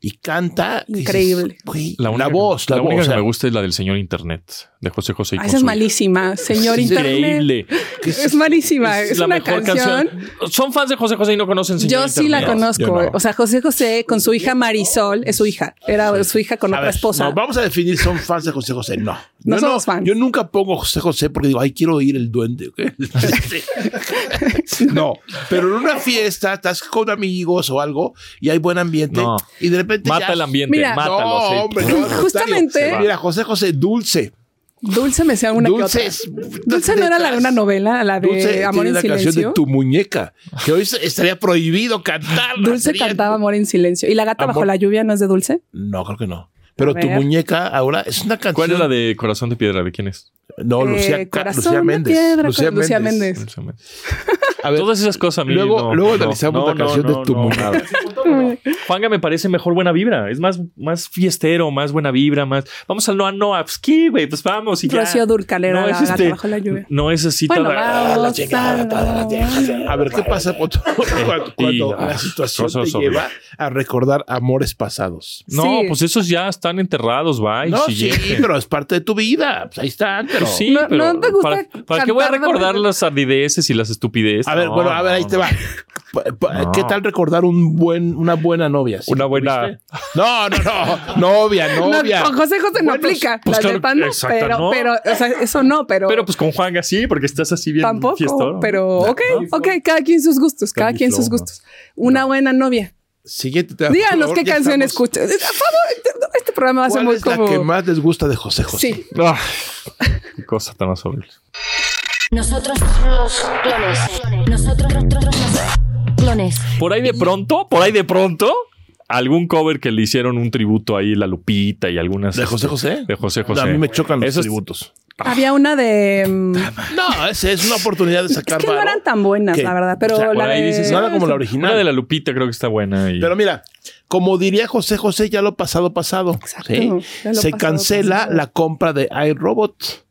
Y canta. dices,
Increíble.
güey, la,
La, única,
voz, la,
la
voz.
única
o sea,
que me gusta es la del señor Internet, de José José. y
Ah,
con
esa es
su-
malísima, señor
Es
internet.
Increíble.
Es malísima, es, una canción.
Son fans de José José y no conocen señor
Yo sí la
Internet.
conozco.
yo no.
O sea, José José con su hija Marisol, es su hija, era su hija con
a
otra
ver,
esposa.
no, vamos a definir, son fans de José José. No.
No
yo
somos fans.
Yo nunca pongo José José porque digo, ay, quiero oír el duende. ¿ok? Este. no, pero en una fiesta estás con amigos o algo y hay buen ambiente
No.
y de repente.
Mata
ya-
el ambiente,
Mira.
mátalo.
No,
sí.
hombre, no, al
Justamente-
contrario. Mira, José José, dulce.
Dulce me sea una
Dulce
que
es-
otra. Dulce no era la de una novela, la de
Dulce
Amor
tiene
en
la
Silencio.
canción de tu muñeca, que hoy se- estaría prohibido cantar.
Dulce cantaba Amor en Silencio. ¿Y la gata bajo
Amor-
la lluvia no es de Dulce?
No, creo que no. Pero
A
tu
ver.
muñeca ahora es una canción.
¿Cuál es la de Corazón de Piedra? ¿De quién es?
No, Lucía,
Eh,
Ca-
Corazón
Lucía
de
Méndez.
piedra con
Lucía,
Lucía
Méndez.
Méndez.
A ver,
Todas esas cosas a mí
luego,
no,
luego
no,
analizamos
no,
la
no,
canción
no,
de tu
no.
muñeca.
Juanga me parece mejor buena vibra. Es más, más fiestero, más buena vibra, más. Vamos al Noa Noafsky, güey. Pues vamos y ya. este
Rocío Dúrcal era la gata bajo la lluvia.
No es así
Bueno,
tan-
vamos.
este
ah,
La chingada, toda la chingada. A ver, ¿qué pasa cuando, cuando- cuando
ah,
la situación
cosas
te
horribles.
lleva a recordar amores pasados?
No,
Sí.
pues esos ya están enterrados, bye.
no, sí, eh.
siguiente.
pero es parte de tu vida. Pues ahí están, pero...
Pues sí,
No-
pero
no te gusta
¿para, para qué voy a
cantar de
recordar
repente?
las ardideces y las estupideces?
A ver,
No,
bueno, a ver, ahí
no,
te
no.
va. Pa- pa-
No.
¿Qué tal recordar un buen, una buena novia? ¿Sí
Una
la
buena-
tuviste? No, no, no. Novia,
No,
novia.
con José José no
Bueno,
aplica.
pues
la
claro,
neta no,
exacto,
pero,
no.
pero, o sea, eso no, pero,
Pero pues con Juanga sí, porque estás así bien
tampoco.
fiestón.
Pero, ok, ok, cada quien sus gustos, cada
Candy
quien sus
Flow,
gustos. Una buena novia.
Siguiente tema, por
Díganos
favor,
qué
ya
canción
estamos-
escuchas. A favor, Este programa va a ser
¿Cuál
muy
es la que
como.
más les gusta de José José?
Sí,
Ah, qué cosa tan más horrible.
Nosotros los clones. Nosotros los clones.
Por ahí de pronto, por ahí de pronto, algún cover que le hicieron un tributo ahí, La Lupita y algunas. este,
¿De José José?
De José José.
A mí me chocan los
Esos-
tributos.
Ah. había una de. mm,
No, esa es una oportunidad de
Es
sacar
que no
varo.
eran tan buenas,
¿Qué?
la verdad. Pero
O sea,
Por
la
ahí
de-
dices, "Ah,
No era como la
Una de
original.
la Lupita creo que está buena. y-
Pero mira, como diría José José, ya lo pasado pasado. ¿sí?
ya lo
Se
pasado,
cancela
pasado.
la compra de iRobot.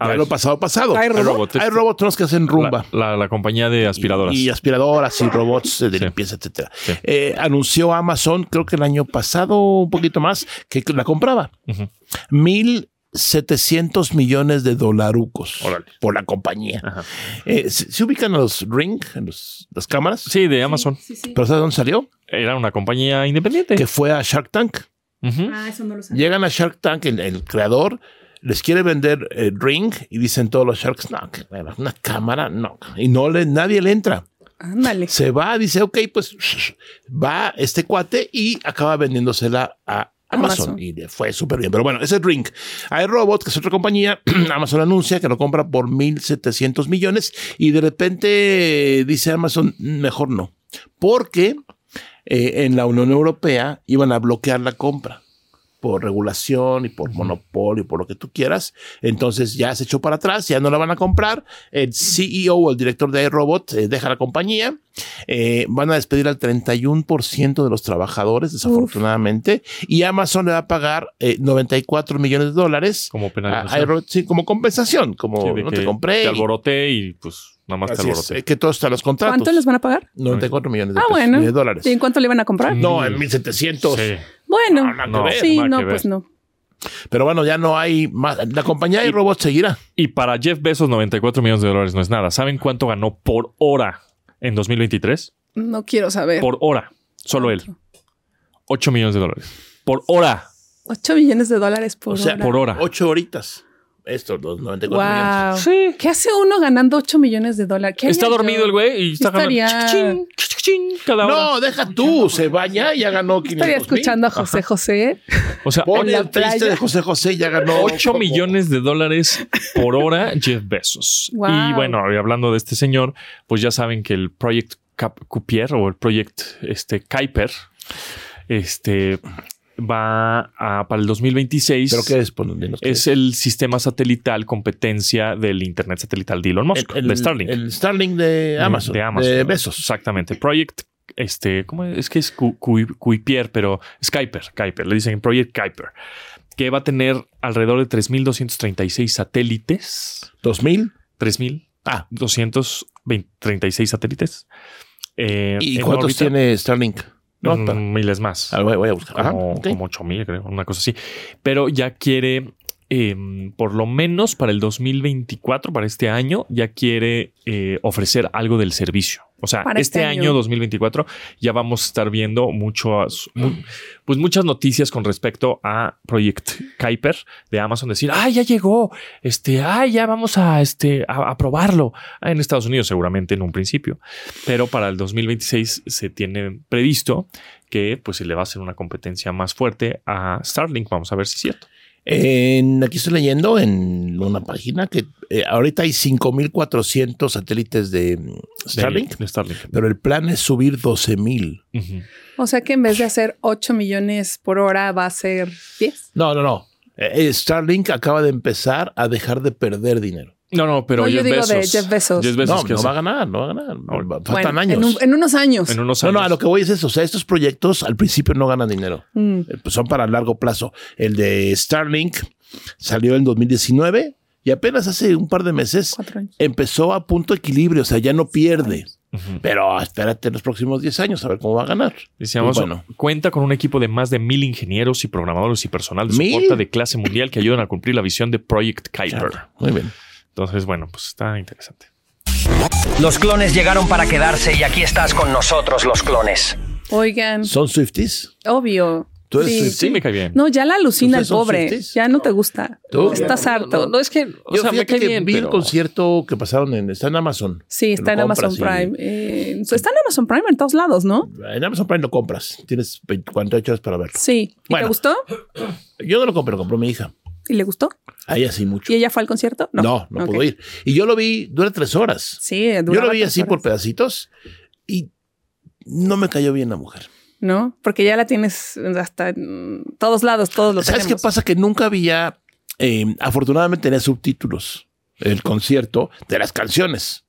A
Ya
ver.
lo pasado pasado.
iRobot.
iRobot. este.
iRobot son los que hacen rumba.
La, la- la compañía de aspiradoras.
Y, y aspiradoras y robots de limpieza, etcétera. Eh, anunció Amazon, creo que el año pasado, un poquito más, que la compraba.
Ujú.
1.700 millones de dolarucos
Órale.
por la compañía.
Ajá.
Eh, ¿se, se ubican los Ring, los- las cámaras?
Sí, de Amazon.
¿Pero sabes dónde salió?
Era una compañía independiente.
Que fue a Shark Tank.
Ujú.
Ah, eso no lo sabía.
Llegan a Shark Tank, el, el creador les quiere vender eh, Ring y dicen todos los Sharks, no, que era una cámara, no. Y no le, nadie le entra.
Ándale.
Se va, dice, ok, pues va este cuate y acaba vendiéndosela a Amazon.
Amazon.
Y le fue súper bien. Pero bueno, ese es Ring. Hay Robot, que es otra compañía, Amazon anuncia que lo compra por 1.700 millones y de repente eh, dice Amazon, mejor no. Porque eh, en la Unión Europea iban a bloquear la compra por regulación y por monopolio, por lo que tú quieras. Entonces ya se echó para atrás, ya no la van a comprar. El CEO o el director de iRobot eh, deja la compañía. Eh, van a despedir al 31% de los trabajadores, desafortunadamente. Y Amazon le va a pagar eh, 94 millones de dólares
Como
a
penalización.
iRobot, sí, como compensación, como
Sí, de
no
que
te compré.
Te
y-
alboroté y pues nada más te
Así es,
alboroté.
eh, que todos están los contratos.
¿Cuánto les van a pagar?
94 millones de,
Ah,
pesos,
bueno.
de dólares.
¿Y en cuánto le iban a comprar?
No, en 1700.
Sí.
Bueno.
No, nada que
No.
ver.
Sí,
nada
no,
que ver.
pues no.
Pero bueno, ya no hay más. La compañía de robots seguirá.
Y para Jeff Bezos, 94 millones de dólares no es nada. ¿Saben cuánto ganó por hora en 2023?
No quiero saber.
Por hora. Solo él. 8 millones de dólares. Por hora.
8 millones de dólares por
o sea,
hora.
por hora.
Ocho horitas. Estos los 94 millones.
Wow. ¿Qué hace uno ganando 8 millones de dólares? ¿Qué
Está
haría
dormido
yo?
el güey y está ganando.
Estaría-
chic-chic, chic-chic, cada hora.
No, deja tú. Se baña y ya ganó 500
Estaría escuchando a José José.
O sea,
Pone
en
el
la
triste
playa.
de José José ya ganó
8
como-
millones de dólares por hora Jeff Bezos.
Wow.
Y bueno, y hablando de este señor, pues ya saben que el Project Cap- Cupier o el Project este, Kuiper este, va a, para el 2026.
Pero qué es ponerle los que
es eh, el sistema satelital competencia del Internet satelital de Elon Musk, de Starlink.
El Starlink de
De-
Amazon.
Mm, De
De,
Amazon.
Besos.
Exactamente. Project, este, ¿cómo es? Es que es Ku- Ku- Kuiper, pero Skyper, Kuiper, le dicen Project Kuiper. que va a tener alrededor de 3.236 satélites.
2000.
3.236
Ah,
satélites. eh,
¿y
en
cuántos
órbita.
tiene Starlink? No,
Mm,
para-
miles más.
Ah, voy, voy a buscar. Ajá,
como,
ok.
como 8000, creo, una cosa así. Pero ya quiere, eh, por lo menos para el 2024, para este año, ya quiere eh, ofrecer algo del servicio. O sea,
Para
este,
este
año,
año.
2024 ya vamos a estar viendo muchas, mu- pues muchas noticias con respecto a Project Kuiper de Amazon. Decir, ah, ya llegó, este, ah, ya vamos a, este, a, a probarlo Ah, en Estados Unidos, seguramente en un principio. Pero para el 2026 se tiene previsto que pues se le va a hacer una competencia más fuerte a Starlink. Vamos a ver si es cierto.
En- aquí estoy leyendo en una página que eh, ahorita hay 5.400 satélites de mm, Starlink,
De, de Starlink.
pero el plan es subir 12.000.
Ujú.
O sea que en vez de hacer 8 millones por hora, va a ser 10.
No, no, no. Eh, eh, Starlink acaba de empezar a dejar de perder dinero.
No, no, pero
No, yo
Jeff
digo de
Bezos.
Jeff Bezos.
No,
que
no
hace-
va a ganar, no va a ganar.
Bueno,
Va- Faltan
Bueno,
años.
En, un- en unos años.
en unos
no,
años.
no, a lo que voy es eso. O sea, estos proyectos al principio no ganan dinero.
Mm.
Eh, pues son para largo plazo. El de Starlink salió en 2019 y apenas hace un par de meses
Cuatro años.
empezó a punto equilibrio, o sea, ya no pierde.
Ujú.
Pero espérate en los próximos 10 años a ver cómo va a ganar.
Decíamos,
Pues bueno.
cuenta con un equipo de más de mil ingenieros y programadores y personal de
¿Mil?
soporte de clase mundial que ayudan a cumplir la visión de Project Kuiper.
Muy bien.
Entonces, bueno, pues está interesante.
Los clones llegaron para quedarse y aquí estás con nosotros, los clones.
Oigan,
¿Son Swifties?
obvio.
¿Tú eres
Sí.
Swiftie?
Sí, me cae bien.
No, ya la alucina el
¿Ustedes son
pobre.
swifties?
Ya no te gusta.
¿Tú?
Estás
No,
harto.
No, es que, o
Yo
sea, me
fíjate
cae
que
bien,
vi
pero-
el concierto que pasaron en... Está en Amazon.
Sí,
Lo
está en Amazon
compras y-
Prime. Eh, está en Amazon Prime en todos lados, ¿no?
En Amazon Prime lo compras. Tienes 48 horas para verlo.
Sí. ¿Y
Bueno.
te gustó?
Yo no lo compré, lo compró mi hija.
¿Y le gustó?
A ella sí mucho.
¿Y ella fue al concierto?
No, no,
Ok.
pudo ir. Y yo lo vi, dura tres horas.
Sí,
Yo lo
duraba
vi
tres
así por
horas.
pedacitos y no me cayó bien la mujer.
¿No? Porque ya la tienes hasta en todos lados, todos los
¿Sabes qué pasa? Que nunca había, eh, afortunadamente tenía subtítulos el concierto de las canciones.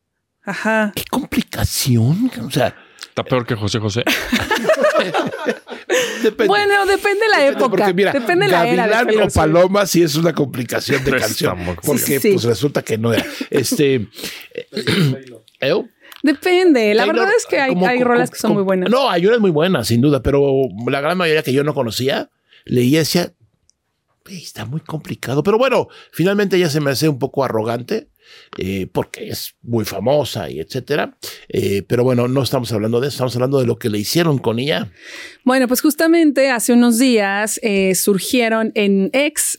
Ajá.
Qué complicación. O sea,
Está peor que José José.
depende.
Bueno, depende de la época.
Porque mira,
depende de la era. de
Gavilán
Taylor
o
Swift.
Paloma sí es una complicación de
Está
canción.
muy complicado.
Porque
Sí.
pues resulta que no era. Este. ¿eh?
Depende. La
Taylor,
verdad es que hay,
como-
hay
como-
rolas que son
como-
muy buenas.
No, hay unas muy buenas, sin duda, pero la gran mayoría que yo no conocía, leía y decía, "Ey, está muy complicado. Pero bueno, finalmente ella se me hace un poco arrogante, eh, porque es muy famosa y etcétera. Eh, pero bueno, no estamos hablando de eso, estamos hablando de lo que le hicieron con ella.
Bueno, pues justamente hace unos días eh, surgieron en ex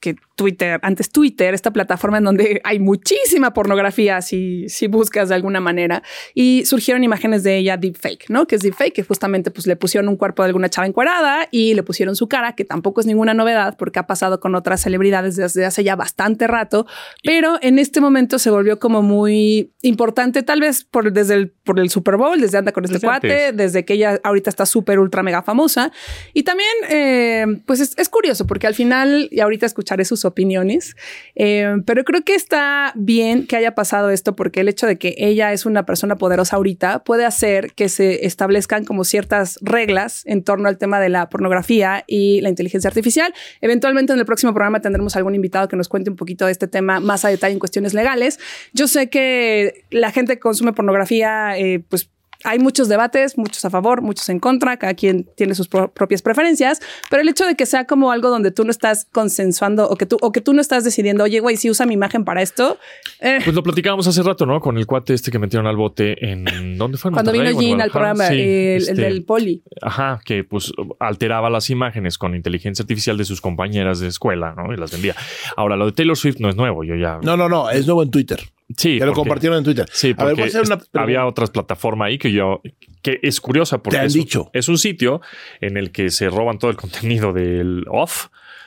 que Twitter, antes Twitter, esta plataforma en donde hay muchísima pornografía si, si buscas de alguna manera, y surgieron imágenes de ella deepfake, ¿no? Que es deepfake, que justamente pues le pusieron un cuerpo de alguna chava encuerada y le pusieron su cara, que tampoco es ninguna novedad porque ha pasado con otras celebridades desde hace ya bastante rato, pero en este momento se volvió como muy importante, tal vez por, desde el, por el Super Bowl, desde anda con este
Desde
cuate,
antes.
desde que ella ahorita está súper, ultra, mega famosa. Y también, eh, pues es, es curioso, porque al final, y ahorita escucharé sus opiniones, eh, pero creo que está bien que haya pasado esto, porque el hecho de que ella es una persona poderosa ahorita puede hacer que se establezcan como ciertas reglas en torno al tema de la pornografía y la inteligencia artificial. Eventualmente en el próximo programa tendremos algún invitado que nos cuente un poquito de este tema más a detalle en cuestiones legales. Yo sé que la gente que consume pornografía, eh, pues hay muchos debates, muchos a favor, muchos en contra, cada quien tiene sus pro- propias preferencias, pero el hecho de que sea como algo donde tú no estás consensuando o que tú, o que tú no estás decidiendo, oye, güey, si usa mi imagen para esto, eh,
Pues lo platicábamos hace rato, ¿no? Con el cuate este que metieron al bote en. ¿Dónde fue? ¿En
cuando vino
Monterrey o en
Jean al
Guadalajara?
programa, el,
Sí,
el
este,
del poli.
Ajá, que pues alteraba las imágenes con inteligencia artificial de sus compañeras de escuela, ¿no? Y las vendía. Ahora, lo de Taylor Swift no es nuevo, yo ya.
No, no, no, es nuevo en Twitter.
sí,
que lo
porque-
compartieron en Twitter.
Sí,
a
porque
ver, voy a hacer una
est- había otras plataformas ahí que yo. que es curiosa porque.
Te han
es, un-
dicho.
es un sitio en el que se roban todo el contenido del off,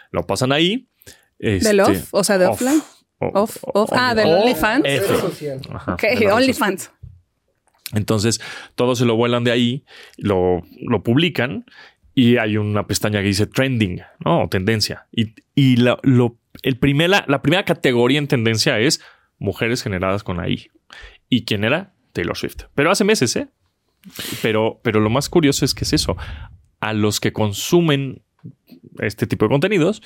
lo pasan ahí.
¿Del
este,
off? O sea, de offline.
O- Eh,
Off, off. Ah, del
O-
OnlyFans.
F.
Ajá,
Ok,
de la red social.
OnlyFans.
Entonces, todos se lo vuelan de ahí, lo, lo publican y hay una pestaña que dice trending, ¿no? O tendencia. Y, y la, lo- el primer- la, la primera categoría en tendencia es mujeres generadas con AI. ¿Y quién era? Taylor Swift. Pero hace meses, ¿eh? Pero, pero lo más curioso es que es eso. A los que consumen este tipo de contenidos,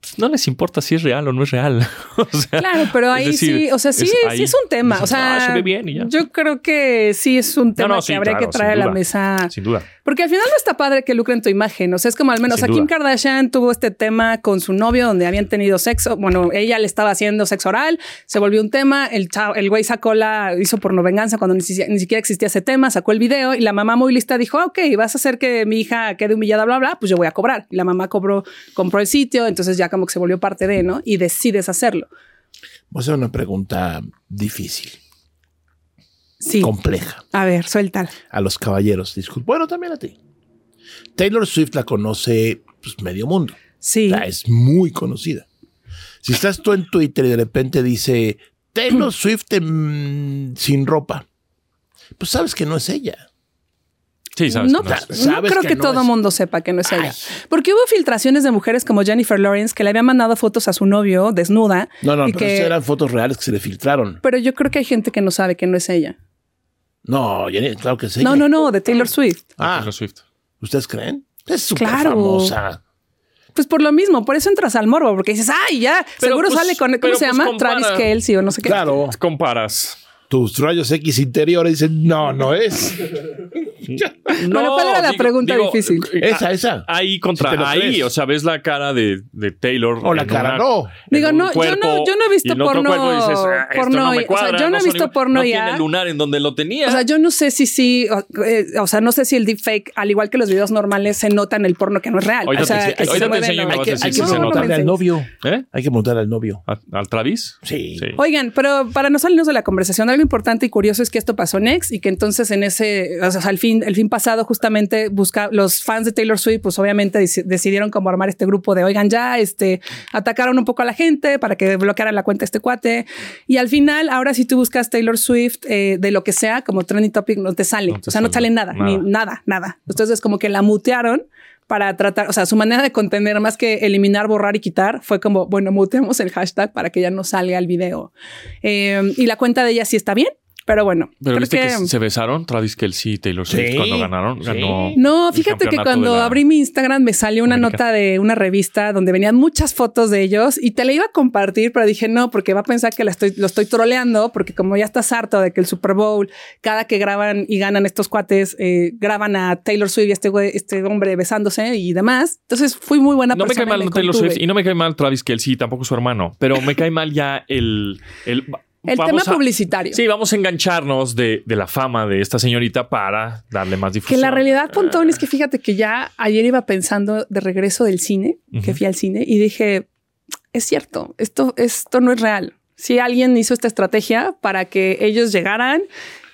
pues, no les importa si es real o no es real. O sea,
Claro, pero
es
ahí
decir,
sí, o sea, sí es, sí
ahí.
es un tema.
Dices,
o sea,
"Ah, se ve bien y ya".
yo creo que sí es un tema
no,
que
sí,
habría
claro,
que traer a
sin
la
duda.
mesa.
Sin duda.
Porque al final no está padre que lucren tu imagen. O sea, es como al menos
Sin
a Kim
duda.
Kardashian tuvo este tema con su novio donde habían tenido sexo. Bueno, ella le estaba haciendo sexo oral, se volvió un tema. El chavo, el güey sacó la, hizo por no venganza cuando ni, si- ni siquiera existía ese tema, sacó el video y la mamá muy lista dijo, "Ah, ok, vas a hacer que mi hija quede humillada, bla, bla, pues yo voy a cobrar. Y la mamá cobró, compró el sitio, entonces ya como que se volvió parte de, ¿no? Y decides hacerlo.
Voy a hacer una pregunta difícil,
Sí.
compleja,
A ver, suéltala.
a los caballeros. Disculpa. Bueno, también a ti. Taylor Swift la conoce pues, medio mundo. O
Sí.
sea, es muy conocida. Si estás tú en Twitter y de repente dice Taylor Swift en- sin ropa, pues sabes que no es ella.
Sí, sabes.
No,
que no es-
es.
no
Sabes
creo
que
que,
no
todo
es.
mundo sepa que no es
Ay.
ella. Porque hubo filtraciones de mujeres como Jennifer Lawrence que le habían mandado fotos a su novio desnuda.
No, no,
y
pero
que-
esas eran fotos reales que se le filtraron.
pero yo creo que hay gente que no sabe que no es ella.
No, Jenny, claro que es ella.
No, no, no, de Taylor Swift.
Ah,
Taylor Swift.
¿ustedes creen? Es súper
Claro.
famosa.
Pues por lo mismo, por eso entras al morbo, porque dices, ay, ya,
Pero
seguro
pues-
sale con, ¿cómo
pero
se
pues
llama?
compara.
Travis Kelsey o no sé qué.
Claro,
Comparas.
tus rayos X interiores dicen, no, no es.
Ah,
Bueno, ¿cuál era la pregunta difícil?
Esa, esa.
eh, ah, Ahí contra
Si te lo
ahí,
crees.
o sea, ves la cara de, de Taylor.
O la
en
cara,
una-
no.
en
Digo,
un
no, yo
cuerpo,
no- yo no he visto
y en otro
porno-
cuerpo dices, "Ah, esto
porno
no me
y- o sea,
cuadra,
yo no he
son
visto
igual-
porno
no
ya".
tiene el lunar en donde lo tenía.
O sea, yo no sé si sí, o, eh, o sea, no sé si el deepfake, al igual que los videos normales, se nota en el porno que no es real.
Ahorita
o sea,
te-
que se
ahorita te
mueven
enseño y
o-
me vas a decir
Ay,
si
no,
se
no me
nota.
preguntarle al
enseñes.
novio.
¿Eh?
Hay que preguntarle al novio.
¿Al- ¿Al Travis?
Sí.
Oigan, pero para no salirnos de la conversación, algo importante y curioso es que esto pasó en X y que entonces en ese, o sea, al fin, el fin pasado justamente busca los fans de Taylor Swift, pues obviamente deci- decidieron como armar este grupo de, oigan ya, este, atacaron un poco a la gente para que bloquearan la cuenta de este cuate y al final, ahora si tú buscas Taylor Swift eh, de lo que sea como trending topic no te sale,
No
o
te
sea, no
sale
sale nada, ni nada,
nada.
nada. Entonces como que la mutearon. Para tratar, o sea, su manera de contener más que eliminar, borrar y quitar fue como, bueno, muteamos el hashtag para que ya no salga el video. Eh, y la cuenta de ella sí está bien, pero bueno.
Pero
creo
viste que...
que-
se besaron Travis Kelsey y Taylor
Sí,
Swift cuando ganaron.
sí.
Ganó
No,
el
fíjate que
campeonato
cuando
de la-
abrí mi Instagram me salió una
América.
nota de una revista donde venían muchas fotos de ellos y te la iba a compartir, pero dije no, porque va a pensar que la estoy, lo estoy troleando, porque como ya estás harto de que el Super Bowl, cada que graban y ganan estos cuates, eh, graban a Taylor Swift y a este, güey- este hombre besándose y demás. Entonces fui muy buena
No me
persona.
cae
y
mal Taylor
contuve.
Swift y no me cae mal Travis Kelsey, tampoco su hermano, pero me cae mal ya el. El,
El
vamos
tema
a-
publicitario.
Sí, vamos a engancharnos de, de la fama de esta señorita para darle más
Que
difusión.
la realidad,
ah,
Pontón, es que fíjate que ya ayer iba pensando de regreso del cine, que
Ujú.
fui al cine y dije, es cierto, esto, esto no es real. Si alguien hizo esta estrategia para que ellos llegaran,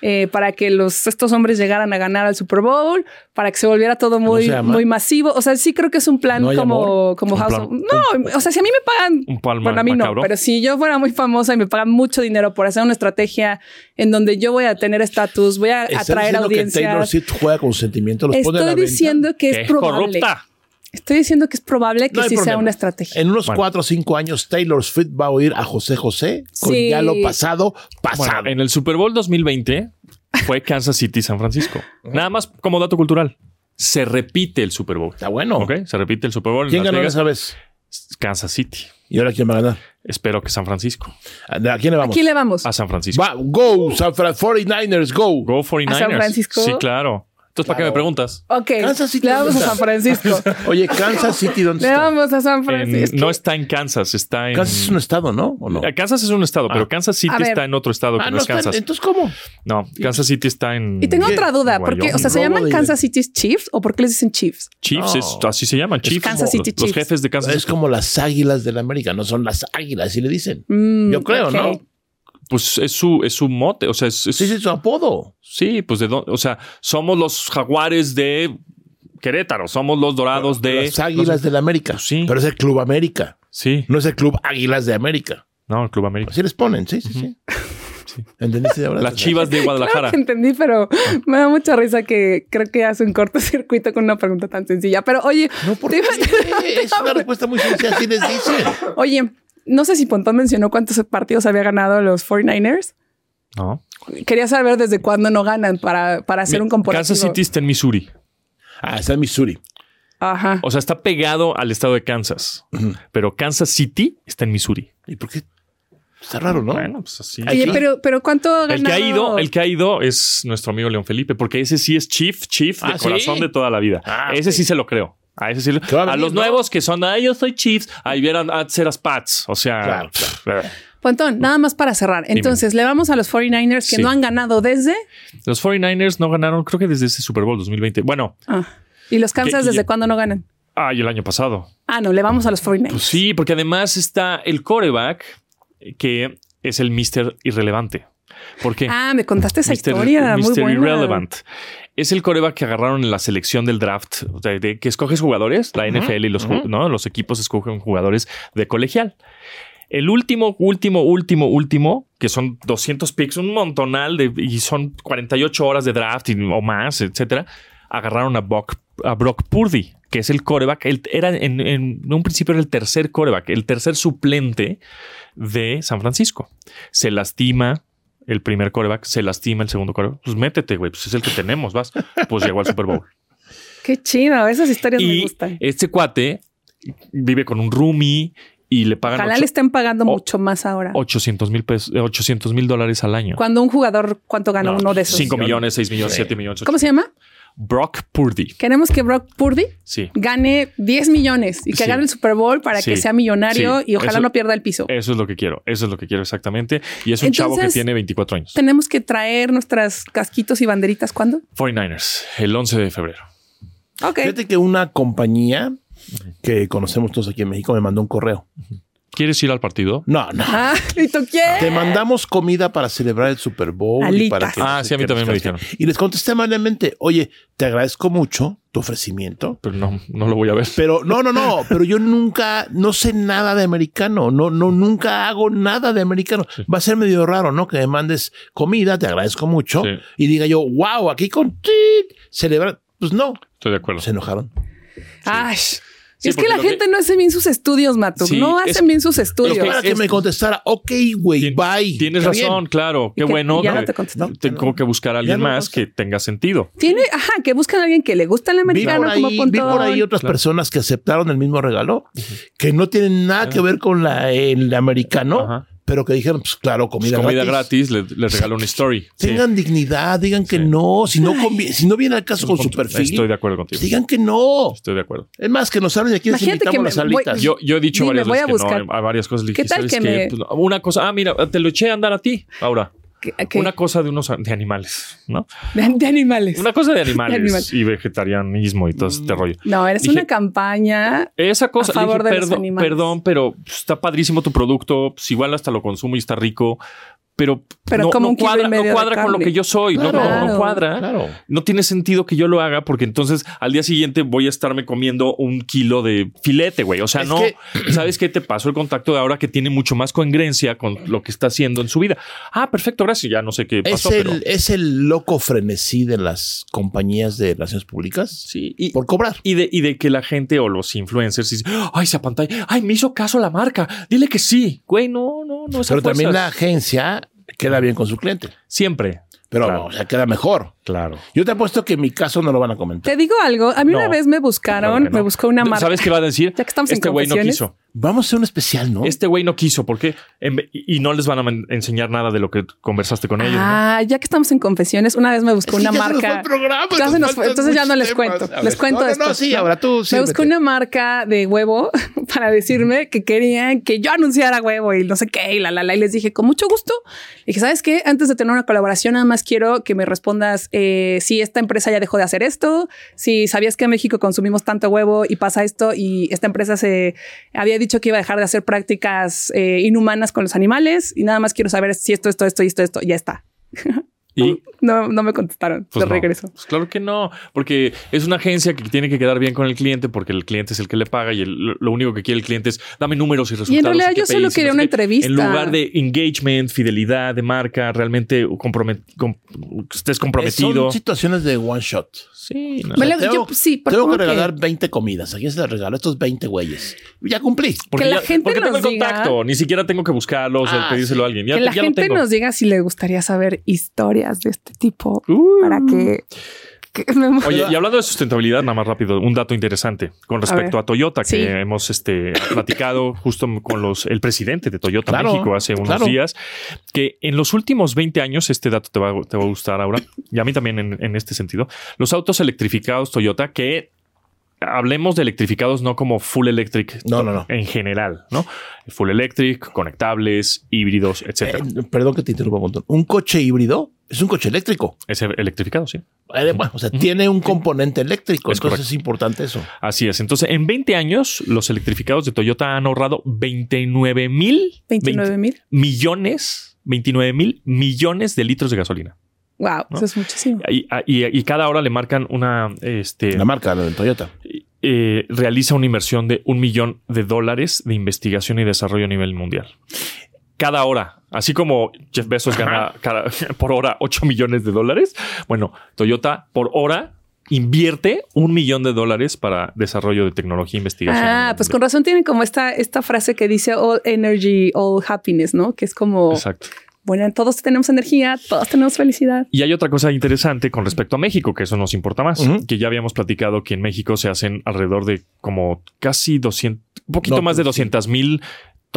eh, para que los, estos hombres llegaran a ganar al Super Bowl, para que se volviera todo
¿Cómo
muy,
se llama?
muy masivo. O sea, sí creo que es un plan
¿No hay
como,
amor?
como
¿Un
House
plan-
of- No, o sea, si a mí me pagan
Ah, Un palma
bueno, a mí
macabro.
no, pero si yo fuera muy famosa y me pagan mucho dinero por hacer una estrategia en donde yo voy a tener estatus, voy a
¿Estás
atraer
diciendo que Taylor
audiencias.
Swift juega con sentimientos? ¿Los pone a la
Estoy
venta?
diciendo que
Que
es probable.
corrupta.
Estoy diciendo que es probable que
No hay
sí sea
problema.
una estrategia.
En unos
Bueno.
cuatro o cinco años, Taylor Swift va a oír a José José con
Sí.
ya lo pasado,
Ah,
Bueno,
pasado.
en el Super Bowl 2020 fue Kansas City San Francisco. Nada más como dato cultural. Se repite el Super Bowl.
Está bueno.
¿Ok? Se repite el Super Bowl. en
¿Quién
Las
ganó
Vegas.
esa vez?
Kansas City.
¿Y ahora quién va a ganar?
Espero que San Francisco.
¿A quién le
¿A
vamos?
quién le vamos?
A San Francisco.
Va, go, San Fran 49ers, go.
Go 49ers.
¿A San Francisco?
Sí, claro. Entonces, ¿para qué me preguntas?
Ok,
Kansas City,
le vamos a
¿dónde
San Francisco.
Oye, Kansas City, ¿dónde
le
está?
vamos a San
En-
Francisco.
no está en Kansas, está en.
Kansas es un estado, Ah. ¿no? ¿O no?
Eh, Kansas es un estado, pero Kansas City
A ver.
está en otro estado que
Ah,
no,
no
es
está-
Kansas.
Entonces, ¿cómo?
No, Kansas City está en.
y tengo
¿Qué?
otra duda,
Wyoming.
porque, o sea, ¿se
Robo
llaman
de-
Kansas City Chiefs o por qué les dicen Chiefs?
Chiefs,
No.
es- así se llaman, Chiefs.
Kansas
como
City
los
Chiefs.
jefes de Kansas
Es
City.
como las águilas del América, no son las águilas, así le dicen.
Mm,
Yo creo,
ok.
¿no?
Pues es su, es su mote, o sea, es. es-
Sí, sí, su apodo.
sí, pues de dónde. O sea, somos los jaguares de Querétaro, somos los dorados de.
Las águilas del América.
Pues sí.
Pero es el Club América,
Sí,
no es el Club Águilas de América.
no, el Club América.
Así les ponen, sí, sí, sí. ¿Entendiste ahora?
Las chivas de
Claro
Guadalajara.
que entendí, pero me da mucha risa que creo que hace un cortocircuito con una pregunta tan sencilla. Pero oye,
No, ¿por
te
qué?
iba-
Es una respuesta muy sencilla, así les dicen.
Oye, no sé si Pontón mencionó cuántos partidos había ganado los 49ers.
No.
Quería saber desde cuándo no ganan para, para hacer un comparativo.
Kansas City está en Missouri.
Ah, está en Missouri.
Ajá.
O sea, está pegado al estado de Kansas, pero Kansas City está en Missouri.
¿Y por qué? Está raro, ¿no?
Bueno, pues así.
Ay,
Oye,
aquí-
pero, pero ¿cuánto ha
El que ha
ganado?
ido, el que ha ido es nuestro amigo León Felipe, porque ese sí es chief, chief de
Ah, ¿sí?
corazón de toda la vida.
Ah,
ese
ok.
sí se lo creo. A ese sí lo-
Que va a
A
venir,
los
¿no?
nuevos que son, ay, yo soy chiefs, ahí vieron a ser Pats. O sea,
Claro,
pff, eh,
Pontón, nada más para cerrar. Entonces, le vamos a los 49ers que
Sí.
no han ganado desde.
los 49ers no ganaron, creo que desde ese Super Bowl 2020. Bueno,
Ah. ¿Y los Kansas
Que- y-
desde cuándo no ganan?
ay, el año pasado.
Ah, no, le vamos a los 49ers.
Pues sí, porque además está el coreback, eh, que es el Mr. Irrelevante. ¿Por qué?
Ah, me contaste esa
Mr.
historia. muy
Mr.
buena.
Irrelevant. Es el coreback que agarraron en la selección del draft, o sea, de que escoges jugadores, la NFL y los, ju- ¿no? los equipos escogen jugadores de colegial. El último, último, último, último, que son 200 picks, un montonal de, y son 48 horas de draft y- o más, etcétera, agarraron a, Brock- a Brock Purdy, que es el coreback. Él era en, en un principio era el tercer coreback, el tercer suplente de San Francisco. Se lastima el primer coreback, se lastima el segundo coreback. Pues métete, güey, pues es el que tenemos, vas. Pues llegó al Super Bowl.
Qué chido. Esas historias Pues me
y
gustan.
este cuate vive con un roomie y le pagan
Ojalá
ocho-
le estén pagando
o-
mucho más ahora.
800 mil pesos, eh, 800 mil dólares al año.
Cuando un jugador, ¿cuánto gana
No,
uno de esos?
5 millones, 6 millones, 7 millones.
¿Cómo se llama?
Brock Purdy.
Queremos que Brock Purdy
Sí.
gane 10 millones y que
Sí.
gane el Super Bowl para que
Sí.
sea millonario
Sí.
y ojalá
Eso- eh.
no pierda el piso.
Eso es lo que quiero. Eso es lo que quiero exactamente. Y es un chavo que
Entonces-
tiene 24 años.
Tenemos que traer nuestras casquitos y banderitas cuando.
49ers, el 11 de febrero.
Ok.
Fíjate que una compañía que conocemos todos aquí en México me mandó un correo.
¿Quieres ir al partido?
No, no.
Ah, ¿y tú qué?
Te mandamos comida para celebrar el Super Bowl. Y
Alitas.
para que-
Ah, sí, a mí
que
también me
nos-
dijeron.
Y les contesté amablemente, oye, te agradezco mucho tu ofrecimiento.
Pero no, no lo voy a ver.
Pero no, no, no, pero yo nunca, no sé nada de americano, no, no, nunca hago nada de americano. Va a ser medio raro, ¿no? Que me mandes comida, te agradezco mucho,
Sí.
y diga yo, wow, aquí con tit, celebrar. Pues no,
Estoy de acuerdo.
se enojaron.
Ay,
Sí,
es que
porque
la
lo que-
gente no hace bien sus estudios, Matuk.
Sí,
no
es-
hacen bien sus estudios.
Lo
Para que
es-
me contestara, ok, güey,
Tien-
bye.
Tienes
Está bien.
razón, claro.
Y
Qué
que-
bueno.
y ya no
que-
te contestó.
No,
tengo
no.
que buscar
Ya
a alguien
no
más
contestó.
que tenga sentido.
Tiene, ajá, que buscan a alguien que le gusta el
Vi por,
americano como
ahí, vi
Pontón.
por ahí otras personas que aceptaron el mismo regalo, que no tienen nada que ver con la, el americano,
Ah. Ajá.
pero que dijeron, pues claro,
Pues,
comida,
comida
gratis.
gratis, le- les, regalo una story. Sí.
Tengan dignidad, digan que
Sí.
no, si no, convi- si no viene al caso con su perfil,
Estoy de acuerdo contigo.
pues digan que no.
Estoy de acuerdo.
Es más, que nos hablen y aquí les
Imagínate que
invitamos las
me- voy-
alitas.
Yo, yo he dicho
Dime,
varias
voy a
veces que
buscar.
no, a varias cosas. Le
¿Qué
dije,
tal
"¿Sabes
que
qué?
me-
Pues, no, una cosa, ah, mira, te lo eché a andar a ti ahora.
Que- que-
Una cosa de unos de animales, ¿no?
de, de animales.
Una cosa de animales,
animales.
y vegetarianismo y todo
Mm.
este rollo.
No, eres
Dije-
una campaña.
Esa cosa,
A favor
le dije,
de los
perdón,
animales".
perdón, pero está padrísimo tu producto, pues igual hasta lo consumo y está rico, pero,
Pero
no,
como
no
un kilo y
cuadra, no
medio de
cuadra con lo
carne.
que yo soy, no-
Claro,
no, no cuadra.
Claro.
No tiene sentido que yo lo haga porque entonces al día siguiente voy a estarme comiendo un kilo de filete, güey. O sea,
Es
no,
que-
¿sabes qué? Te paso el contacto de ahora que tiene mucho más congruencia con lo que está haciendo en su vida. Ah, perfecto, gracias. Ya no sé qué
Es
pasó,
el,
pero
es el loco frenesí de las compañías de relaciones públicas
sí. Y,
por cobrar.
Y de, y de que la gente o los influencers dicen, ay, se apantalla, ay, me hizo caso la marca, dile que sí. Güey, no, no, no. esas
Pero también la
fuerzas.
agencia queda bien con su cliente.
Siempre.
Pero,
Claro.
o sea, queda mejor.
Claro.
Yo te apuesto que en mi caso no lo van a comentar.
Te digo algo. A mí una
No.
vez me buscaron,
Claro que no.
me buscó una marca.
¿Sabes qué va a decir?
Ya que estamos en
este güey no
confesiones.
quiso.
Vamos a hacer un especial, ¿no?
Este güey no quiso, ¿por qué? En ve- y y no les van a men- enseñar nada de lo que conversaste con ellos. ¿no?
Ah, ya que estamos en confesiones, una vez me buscó una marca. Ya se nos fue, entonces ya no les cuento. Les cuento
no,
después.
No, sí, ahora tú.
Me
sírvete.
buscó una marca de huevo para decirme que querían que yo anunciara huevo y no sé qué, y la, la, la. Y les dije, con mucho gusto. Le dije, ¿sabes qué? Antes de tener una colaboración, nada más quiero que me respondas eh, si esta empresa ya dejó de hacer esto, si sabías que en México consumimos tanto huevo y pasa esto y esta empresa se había dicho que iba a dejar de hacer prácticas eh, inhumanas con los animales y nada más quiero saber si esto, esto, esto y esto, esto. Ya está.
Y
No, no me contestaron.
pues,
de
no.
regreso.
Pues claro que no, porque es una agencia que tiene que quedar bien con el cliente porque el cliente es el que le paga y el- lo único que quiere el cliente es dame números y resultados.
realidad
qué
yo solo
país y
quería
no sé
una
qué".
entrevista.
En lugar de engagement, fidelidad de marca, realmente compromet- com- que estés
Eh,
comprometido.
Son situaciones de one shot.
Sí, no.
Me la-
Tengo-
yo, sí, pero
tengo
¿cómo
que
que?
regalar 20 comidas. ¿A quién se las regalo? Estos 20 güeyes. Ya cumplí.
Porque
que la
ya-
gente
porque tengo
nos
el
diga-
contacto, ni siquiera tengo que buscarlos
Ah,
o pedírselo a alguien. Ya,
que la
ya lo
gente
tengo.
nos diga si le gustaría saber historias de este tipo
Uh.
para que que me muero.
Oye, y hablando de sustentabilidad, nada más rápido, un dato interesante con respecto
ver.
a, Toyota, que
Sí.
hemos este, platicado justo con los, el presidente de Toyota
Claro,
México hace unos
claro.
días, que en los últimos 20 años, este dato te va, a- te va a gustar ahora, y a mí también en, en este sentido, los autos electrificados Toyota que... Hablemos de electrificados no como full electric
No, no, no.
en general, ¿no? Full electric, conectables, híbridos, etcétera.
Eh, perdón que te interrumpa un montón. Un coche híbrido es un coche eléctrico.
es electrificado, sí.
Eh, Bueno, o sea, tiene un componente eléctrico.
Es
entonces
correcto.
es importante eso.
Así es. Entonces, en 20 años, los electrificados de Toyota han ahorrado 29 mil
29 mil.
millones, 29 mil millones de litros de gasolina.
Wow,
¿No?
eso es muchísimo.
Y, ah, y- y cada hora le marcan una, este,
La marca, la de Toyota.
eh, realiza una inversión de un millón de dólares de investigación y desarrollo a nivel mundial. Cada hora. Así como Jeff Bezos gana cada- por hora 8 millones de dólares, bueno, Toyota por hora invierte un millón de dólares para desarrollo de tecnología e investigación.
Ah,
en-
pues con razón tienen como esta, esta frase que dice all energy, all happiness, ¿no? Que es como,
Exacto.
bueno, todos tenemos energía, todos tenemos felicidad.
Y hay otra cosa interesante con respecto a México, que eso nos importa más,
Ujú.
que ya habíamos platicado que en México se hacen alrededor de como casi 200, un poquito
No,
más de
pues,
200 mil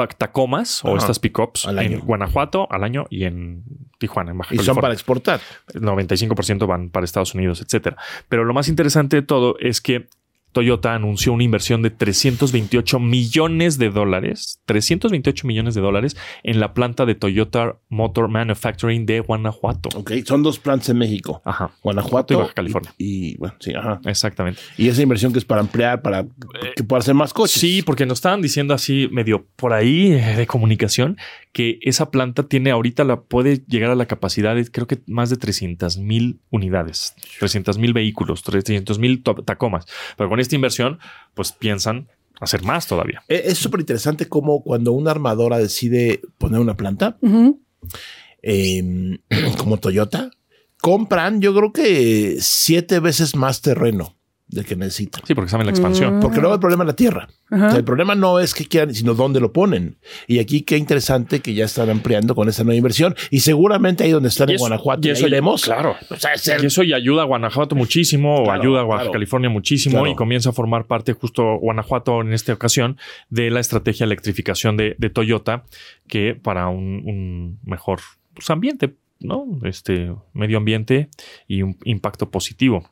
tacomas o
Ajá.
estas pickups
Al
en
año.
Guanajuato al año y en Tijuana, en Baja
Y son para
California.
exportar.
El 95% van para Estados Unidos, etcétera. Pero lo más interesante de todo es que Toyota anunció una inversión de 328 millones de dólares, 328 millones de dólares en la planta de Toyota Motor Manufacturing de Guanajuato.
Ok, son dos plantas en México.
Ajá.
Guanajuato
Y Baja California.
Y, y, bueno, sí, ajá.
Exactamente.
Y esa inversión que es para ampliar, para que pueda hacer más coches.
Eh, Sí, porque nos estaban diciendo así medio por ahí eh, de comunicación que esa planta tiene ahorita la puede llegar a la capacidad de creo que más de 300 mil unidades, 300 mil vehículos, 300 mil tacomas. Pero con esta inversión, pues piensan hacer más todavía.
Eh, Es súper interesante cómo cuando una armadora decide poner una planta,
Ujú.
eh, como Toyota, compran yo creo que siete veces más terreno del que necesitan.
Sí, porque saben la
Mm.
expansión.
Ah.
Porque luego el problema es la tierra.
Ajá.
O sea, el problema no es que quieran, sino dónde lo ponen. Y aquí qué interesante que ya están ampliando con esa nueva inversión. Y seguramente ahí donde están
Y
en
eso-
Guanajuato, y
y
pues,
eso-
iremos.
claro.
O sea, es el-
Y eso ya ayuda a Guanajuato muchísimo,
Claro,
ayuda a Baja
claro.
California muchísimo
Claro.
y comienza a formar parte justo Guanajuato en esta ocasión de la estrategia de electrificación de, de Toyota que para un, un mejor pues, ambiente, ¿no? Este medio ambiente y un impacto positivo,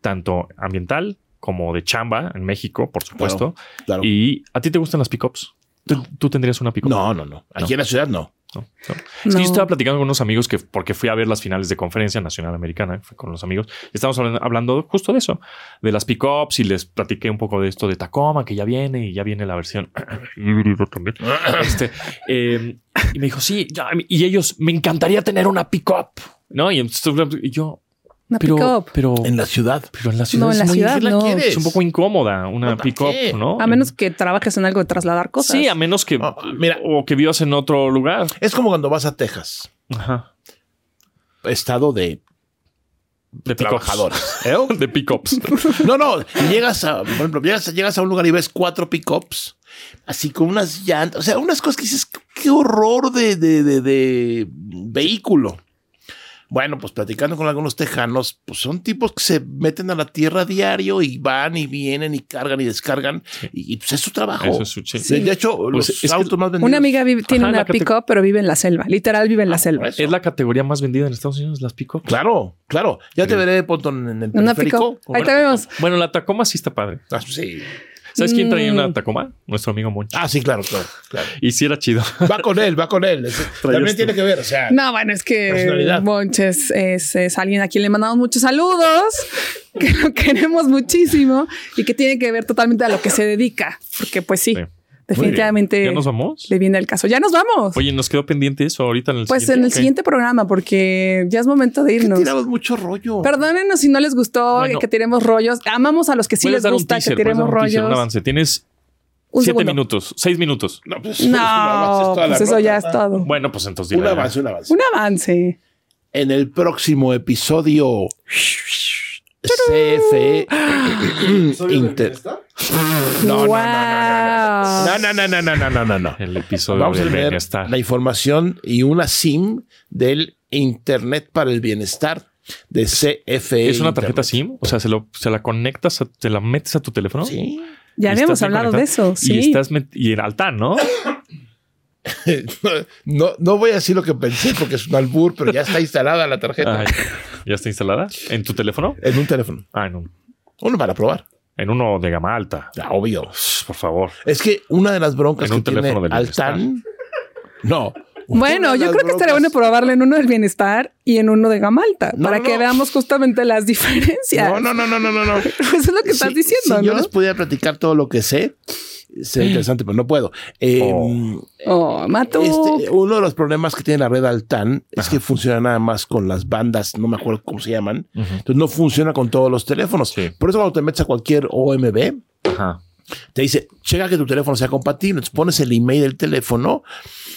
tanto ambiental como de chamba en México, por supuesto.
claro.
Y a ti te gustan las pickups? ¿Tú, tú tendrías una pickup?
No, no, no. Aquí
No.
en la ciudad no.
No, no. Es que
No.
yo estaba platicando con unos amigos que, porque fui a ver las finales de conferencia nacional americana, fui con los amigos, y estábamos hablando, hablando justo de eso, de las pickups y les platiqué un poco de esto de Tacoma, que ya viene y ya viene la versión híbrido también. Este, eh, y me dijo, sí, ya, y ellos, me encantaría tener una pickup, ¿no? Y, entonces, y yo,
Una
pero,
pick-up.
pero,
En la ciudad.
pero en la ciudad
No, en
es
la
muy-
ciudad
¿Qué la
no.
quieres?
es un poco incómoda una
¿Para
pickup,
qué?
¿no?
A menos que trabajes en algo de trasladar cosas.
Sí, a menos que,
Ah, mira.
o que vivas en otro lugar.
Es como cuando vas a Texas,
Ajá.
estado de
De pickups.
trabajadores. ¿eh?
De pickups.
No, no, y llegas a, por ejemplo, llegas, llegas a un lugar y ves cuatro pickups, así con unas llantas, o sea, unas cosas que dices, qué horror de, de, de, de vehículo. Bueno, pues platicando con algunos tejanos, pues son tipos que se meten a la tierra diario y van y vienen y cargan y descargan y, y, pues es su trabajo.
Eso es su chiste.
De- De hecho,
Pues
los
es que
autos más vendidos.
Una amiga vive- tiene
Ajá, la
una
que te- Ah,
pick-up, pero vive en la selva. Literal, vive en la selva.
eso.
Es la categoría más vendida en Estados Unidos, las pico.
Claro, claro. Ya te veré, Pontón, en el
Una
periférico.
pick-up. Ahí te vemos.
Bueno, la Tacoma sí está padre.
Ah, sí.
¿Sabes quién traía
Mm.
una Tacoma? Nuestro amigo Moncho.
Ah, sí, claro, claro, claro.
Y sí era chido.
Va con él, va con él. Ese-
Traías
También
tú.
tiene que ver, o
Ah,
sea.
No, bueno, es que
Personalidad.
Monches es, es alguien a quien le mandamos muchos saludos, que lo queremos muchísimo y que tiene que ver totalmente a lo que se dedica. Porque, pues sí,
Sí.
definitivamente
¿Ya nos vamos?
le viene el caso. Ya nos vamos.
Oye, nos quedó pendiente eso ahorita en el
pues en
siguiente.
el
Ok.
siguiente programa, porque ya es momento de irnos.
tiramos mucho rollo.
Perdónenos si no les gustó
Bueno.
que tiremos rollos. Amamos a los que sí
Puedes
les
dar
gusta
un teaser,
que
puedes dar
tiremos
un
rollos.
teaser, un avance. Tienes
Un
siete
segundo.
minutos, seis minutos.
No, pues,
No, pues eso ya es todo.
Bueno, pues entonces
Un
dile.
avance, un avance.
Un avance.
En el próximo episodio. CFE. Inter-
No,
No, no, no, no, no, no, no, no, no.
el episodio
Vamos a
del
ver
bienestar.
la información y una SIM del Internet para el Bienestar de CFE.
¿Es una tarjeta
Internet.
SIM? O sea, se, lo, se la conectas, a- te la metes a tu teléfono.
Sí.
Ya
Y
habíamos
estás ahí
hablado de
conectado.
eso. Sí.
Y, estás met- y en alta, ¿no?
no, no voy a decir lo que pensé porque es un albur, pero ya está instalada la tarjeta
Ay, ¿Ya está instalada? ¿En tu teléfono?
en un teléfono.
Ah, en, un-
Uno para probar.
en uno de gama alta.
Ah, Obvio.
Por favor.
Es que una de las broncas
En un
que tiene
teléfono del
Altan. No.
Bueno, yo creo que estaría bueno
probar.
probarlo en uno del bienestar y en uno de Gamalta,
No,
para
no,
que
no.
veamos justamente las diferencias.
No, no, no, no, no, no. no.
Eso es lo que estás
Si-
diciendo,
si yo
¿no?
les pudiera platicar todo lo que sé, sería interesante, pero no puedo. Eh,
Oh.
Oh, Matu.
este, uno de los problemas que tiene la red Altan es que funciona nada más con las bandas, no me acuerdo cómo se llaman. Entonces no funciona con todos los teléfonos.
Sí.
Por eso cuando te metes a cualquier OMB,
Ajá.
te dice, checa que tu teléfono sea compatible. Entonces pones el email del teléfono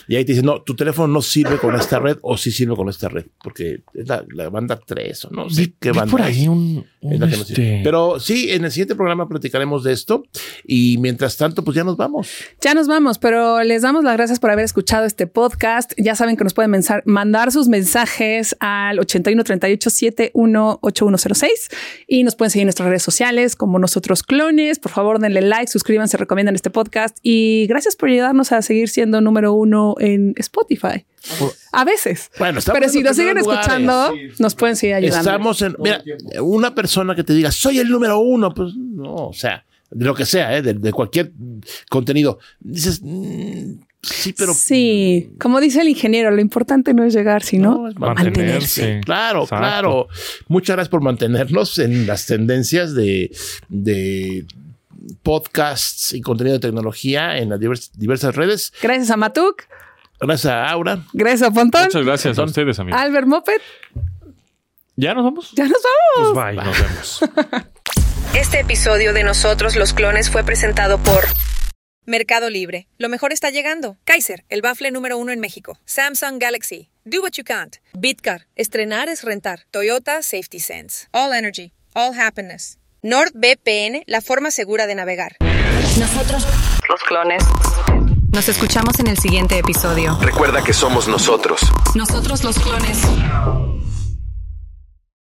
y ahí te dice, no, tu teléfono no sirve con esta red o sí sirve con esta red, porque es la, la banda 3 o no sé
Vi-
qué
vi
banda.
por
es.
ahí un. un
Es la que nos
este-
sirve. Pero sí, en el siguiente programa platicaremos de esto y mientras tanto, pues ya nos vamos.
Ya nos vamos, pero les damos las gracias por haber escuchado este podcast. Ya saben que nos pueden mensa- mandar sus mensajes al 81 38 71 8106 y nos pueden seguir en nuestras redes sociales como nosotros clones. Por favor, denle like, suscríbanse, recomiendan este podcast y gracias por ayudarnos a seguir siendo número uno en Spotify. A veces.
Bueno, estamos
pero
en
si nos
primeros
siguen
lugares.
escuchando, nos pueden seguir ayudando.
Estamos en. Mira, una persona que te diga, soy el número uno, pues no, o sea, de lo que sea, ¿eh? de, de cualquier contenido. Dices, mm, sí, pero.
sí, como dice el ingeniero, lo importante no es llegar, sino
es
mantenerse.
mantenerse. Claro,
Exacto.
claro. Muchas gracias por mantenernos en las tendencias de, de podcasts y contenido de tecnología en las divers- diversas redes.
Gracias a Matuk,
Gracias a Aura.
gracias a Pontón,
Muchas gracias a ustedes, amigos.
Albert Moped.
¿Ya nos vamos?
Ah, Ya nos vamos.
Pues bye, nos vemos.
Este episodio de Nosotros los Clones fue presentado por
Mercado Libre. Lo mejor está llegando. Kaiser, el bafle número uno en México. Samsung Galaxy. Do what you can't. Bitcar. Estrenar es rentar. Toyota Safety Sense. All Energy. All Happiness. NordVPN, la forma segura de navegar.
Nosotros
Los Clones.
Nos escuchamos en el siguiente episodio.
Recuerda que somos nosotros.
Nosotros los clones.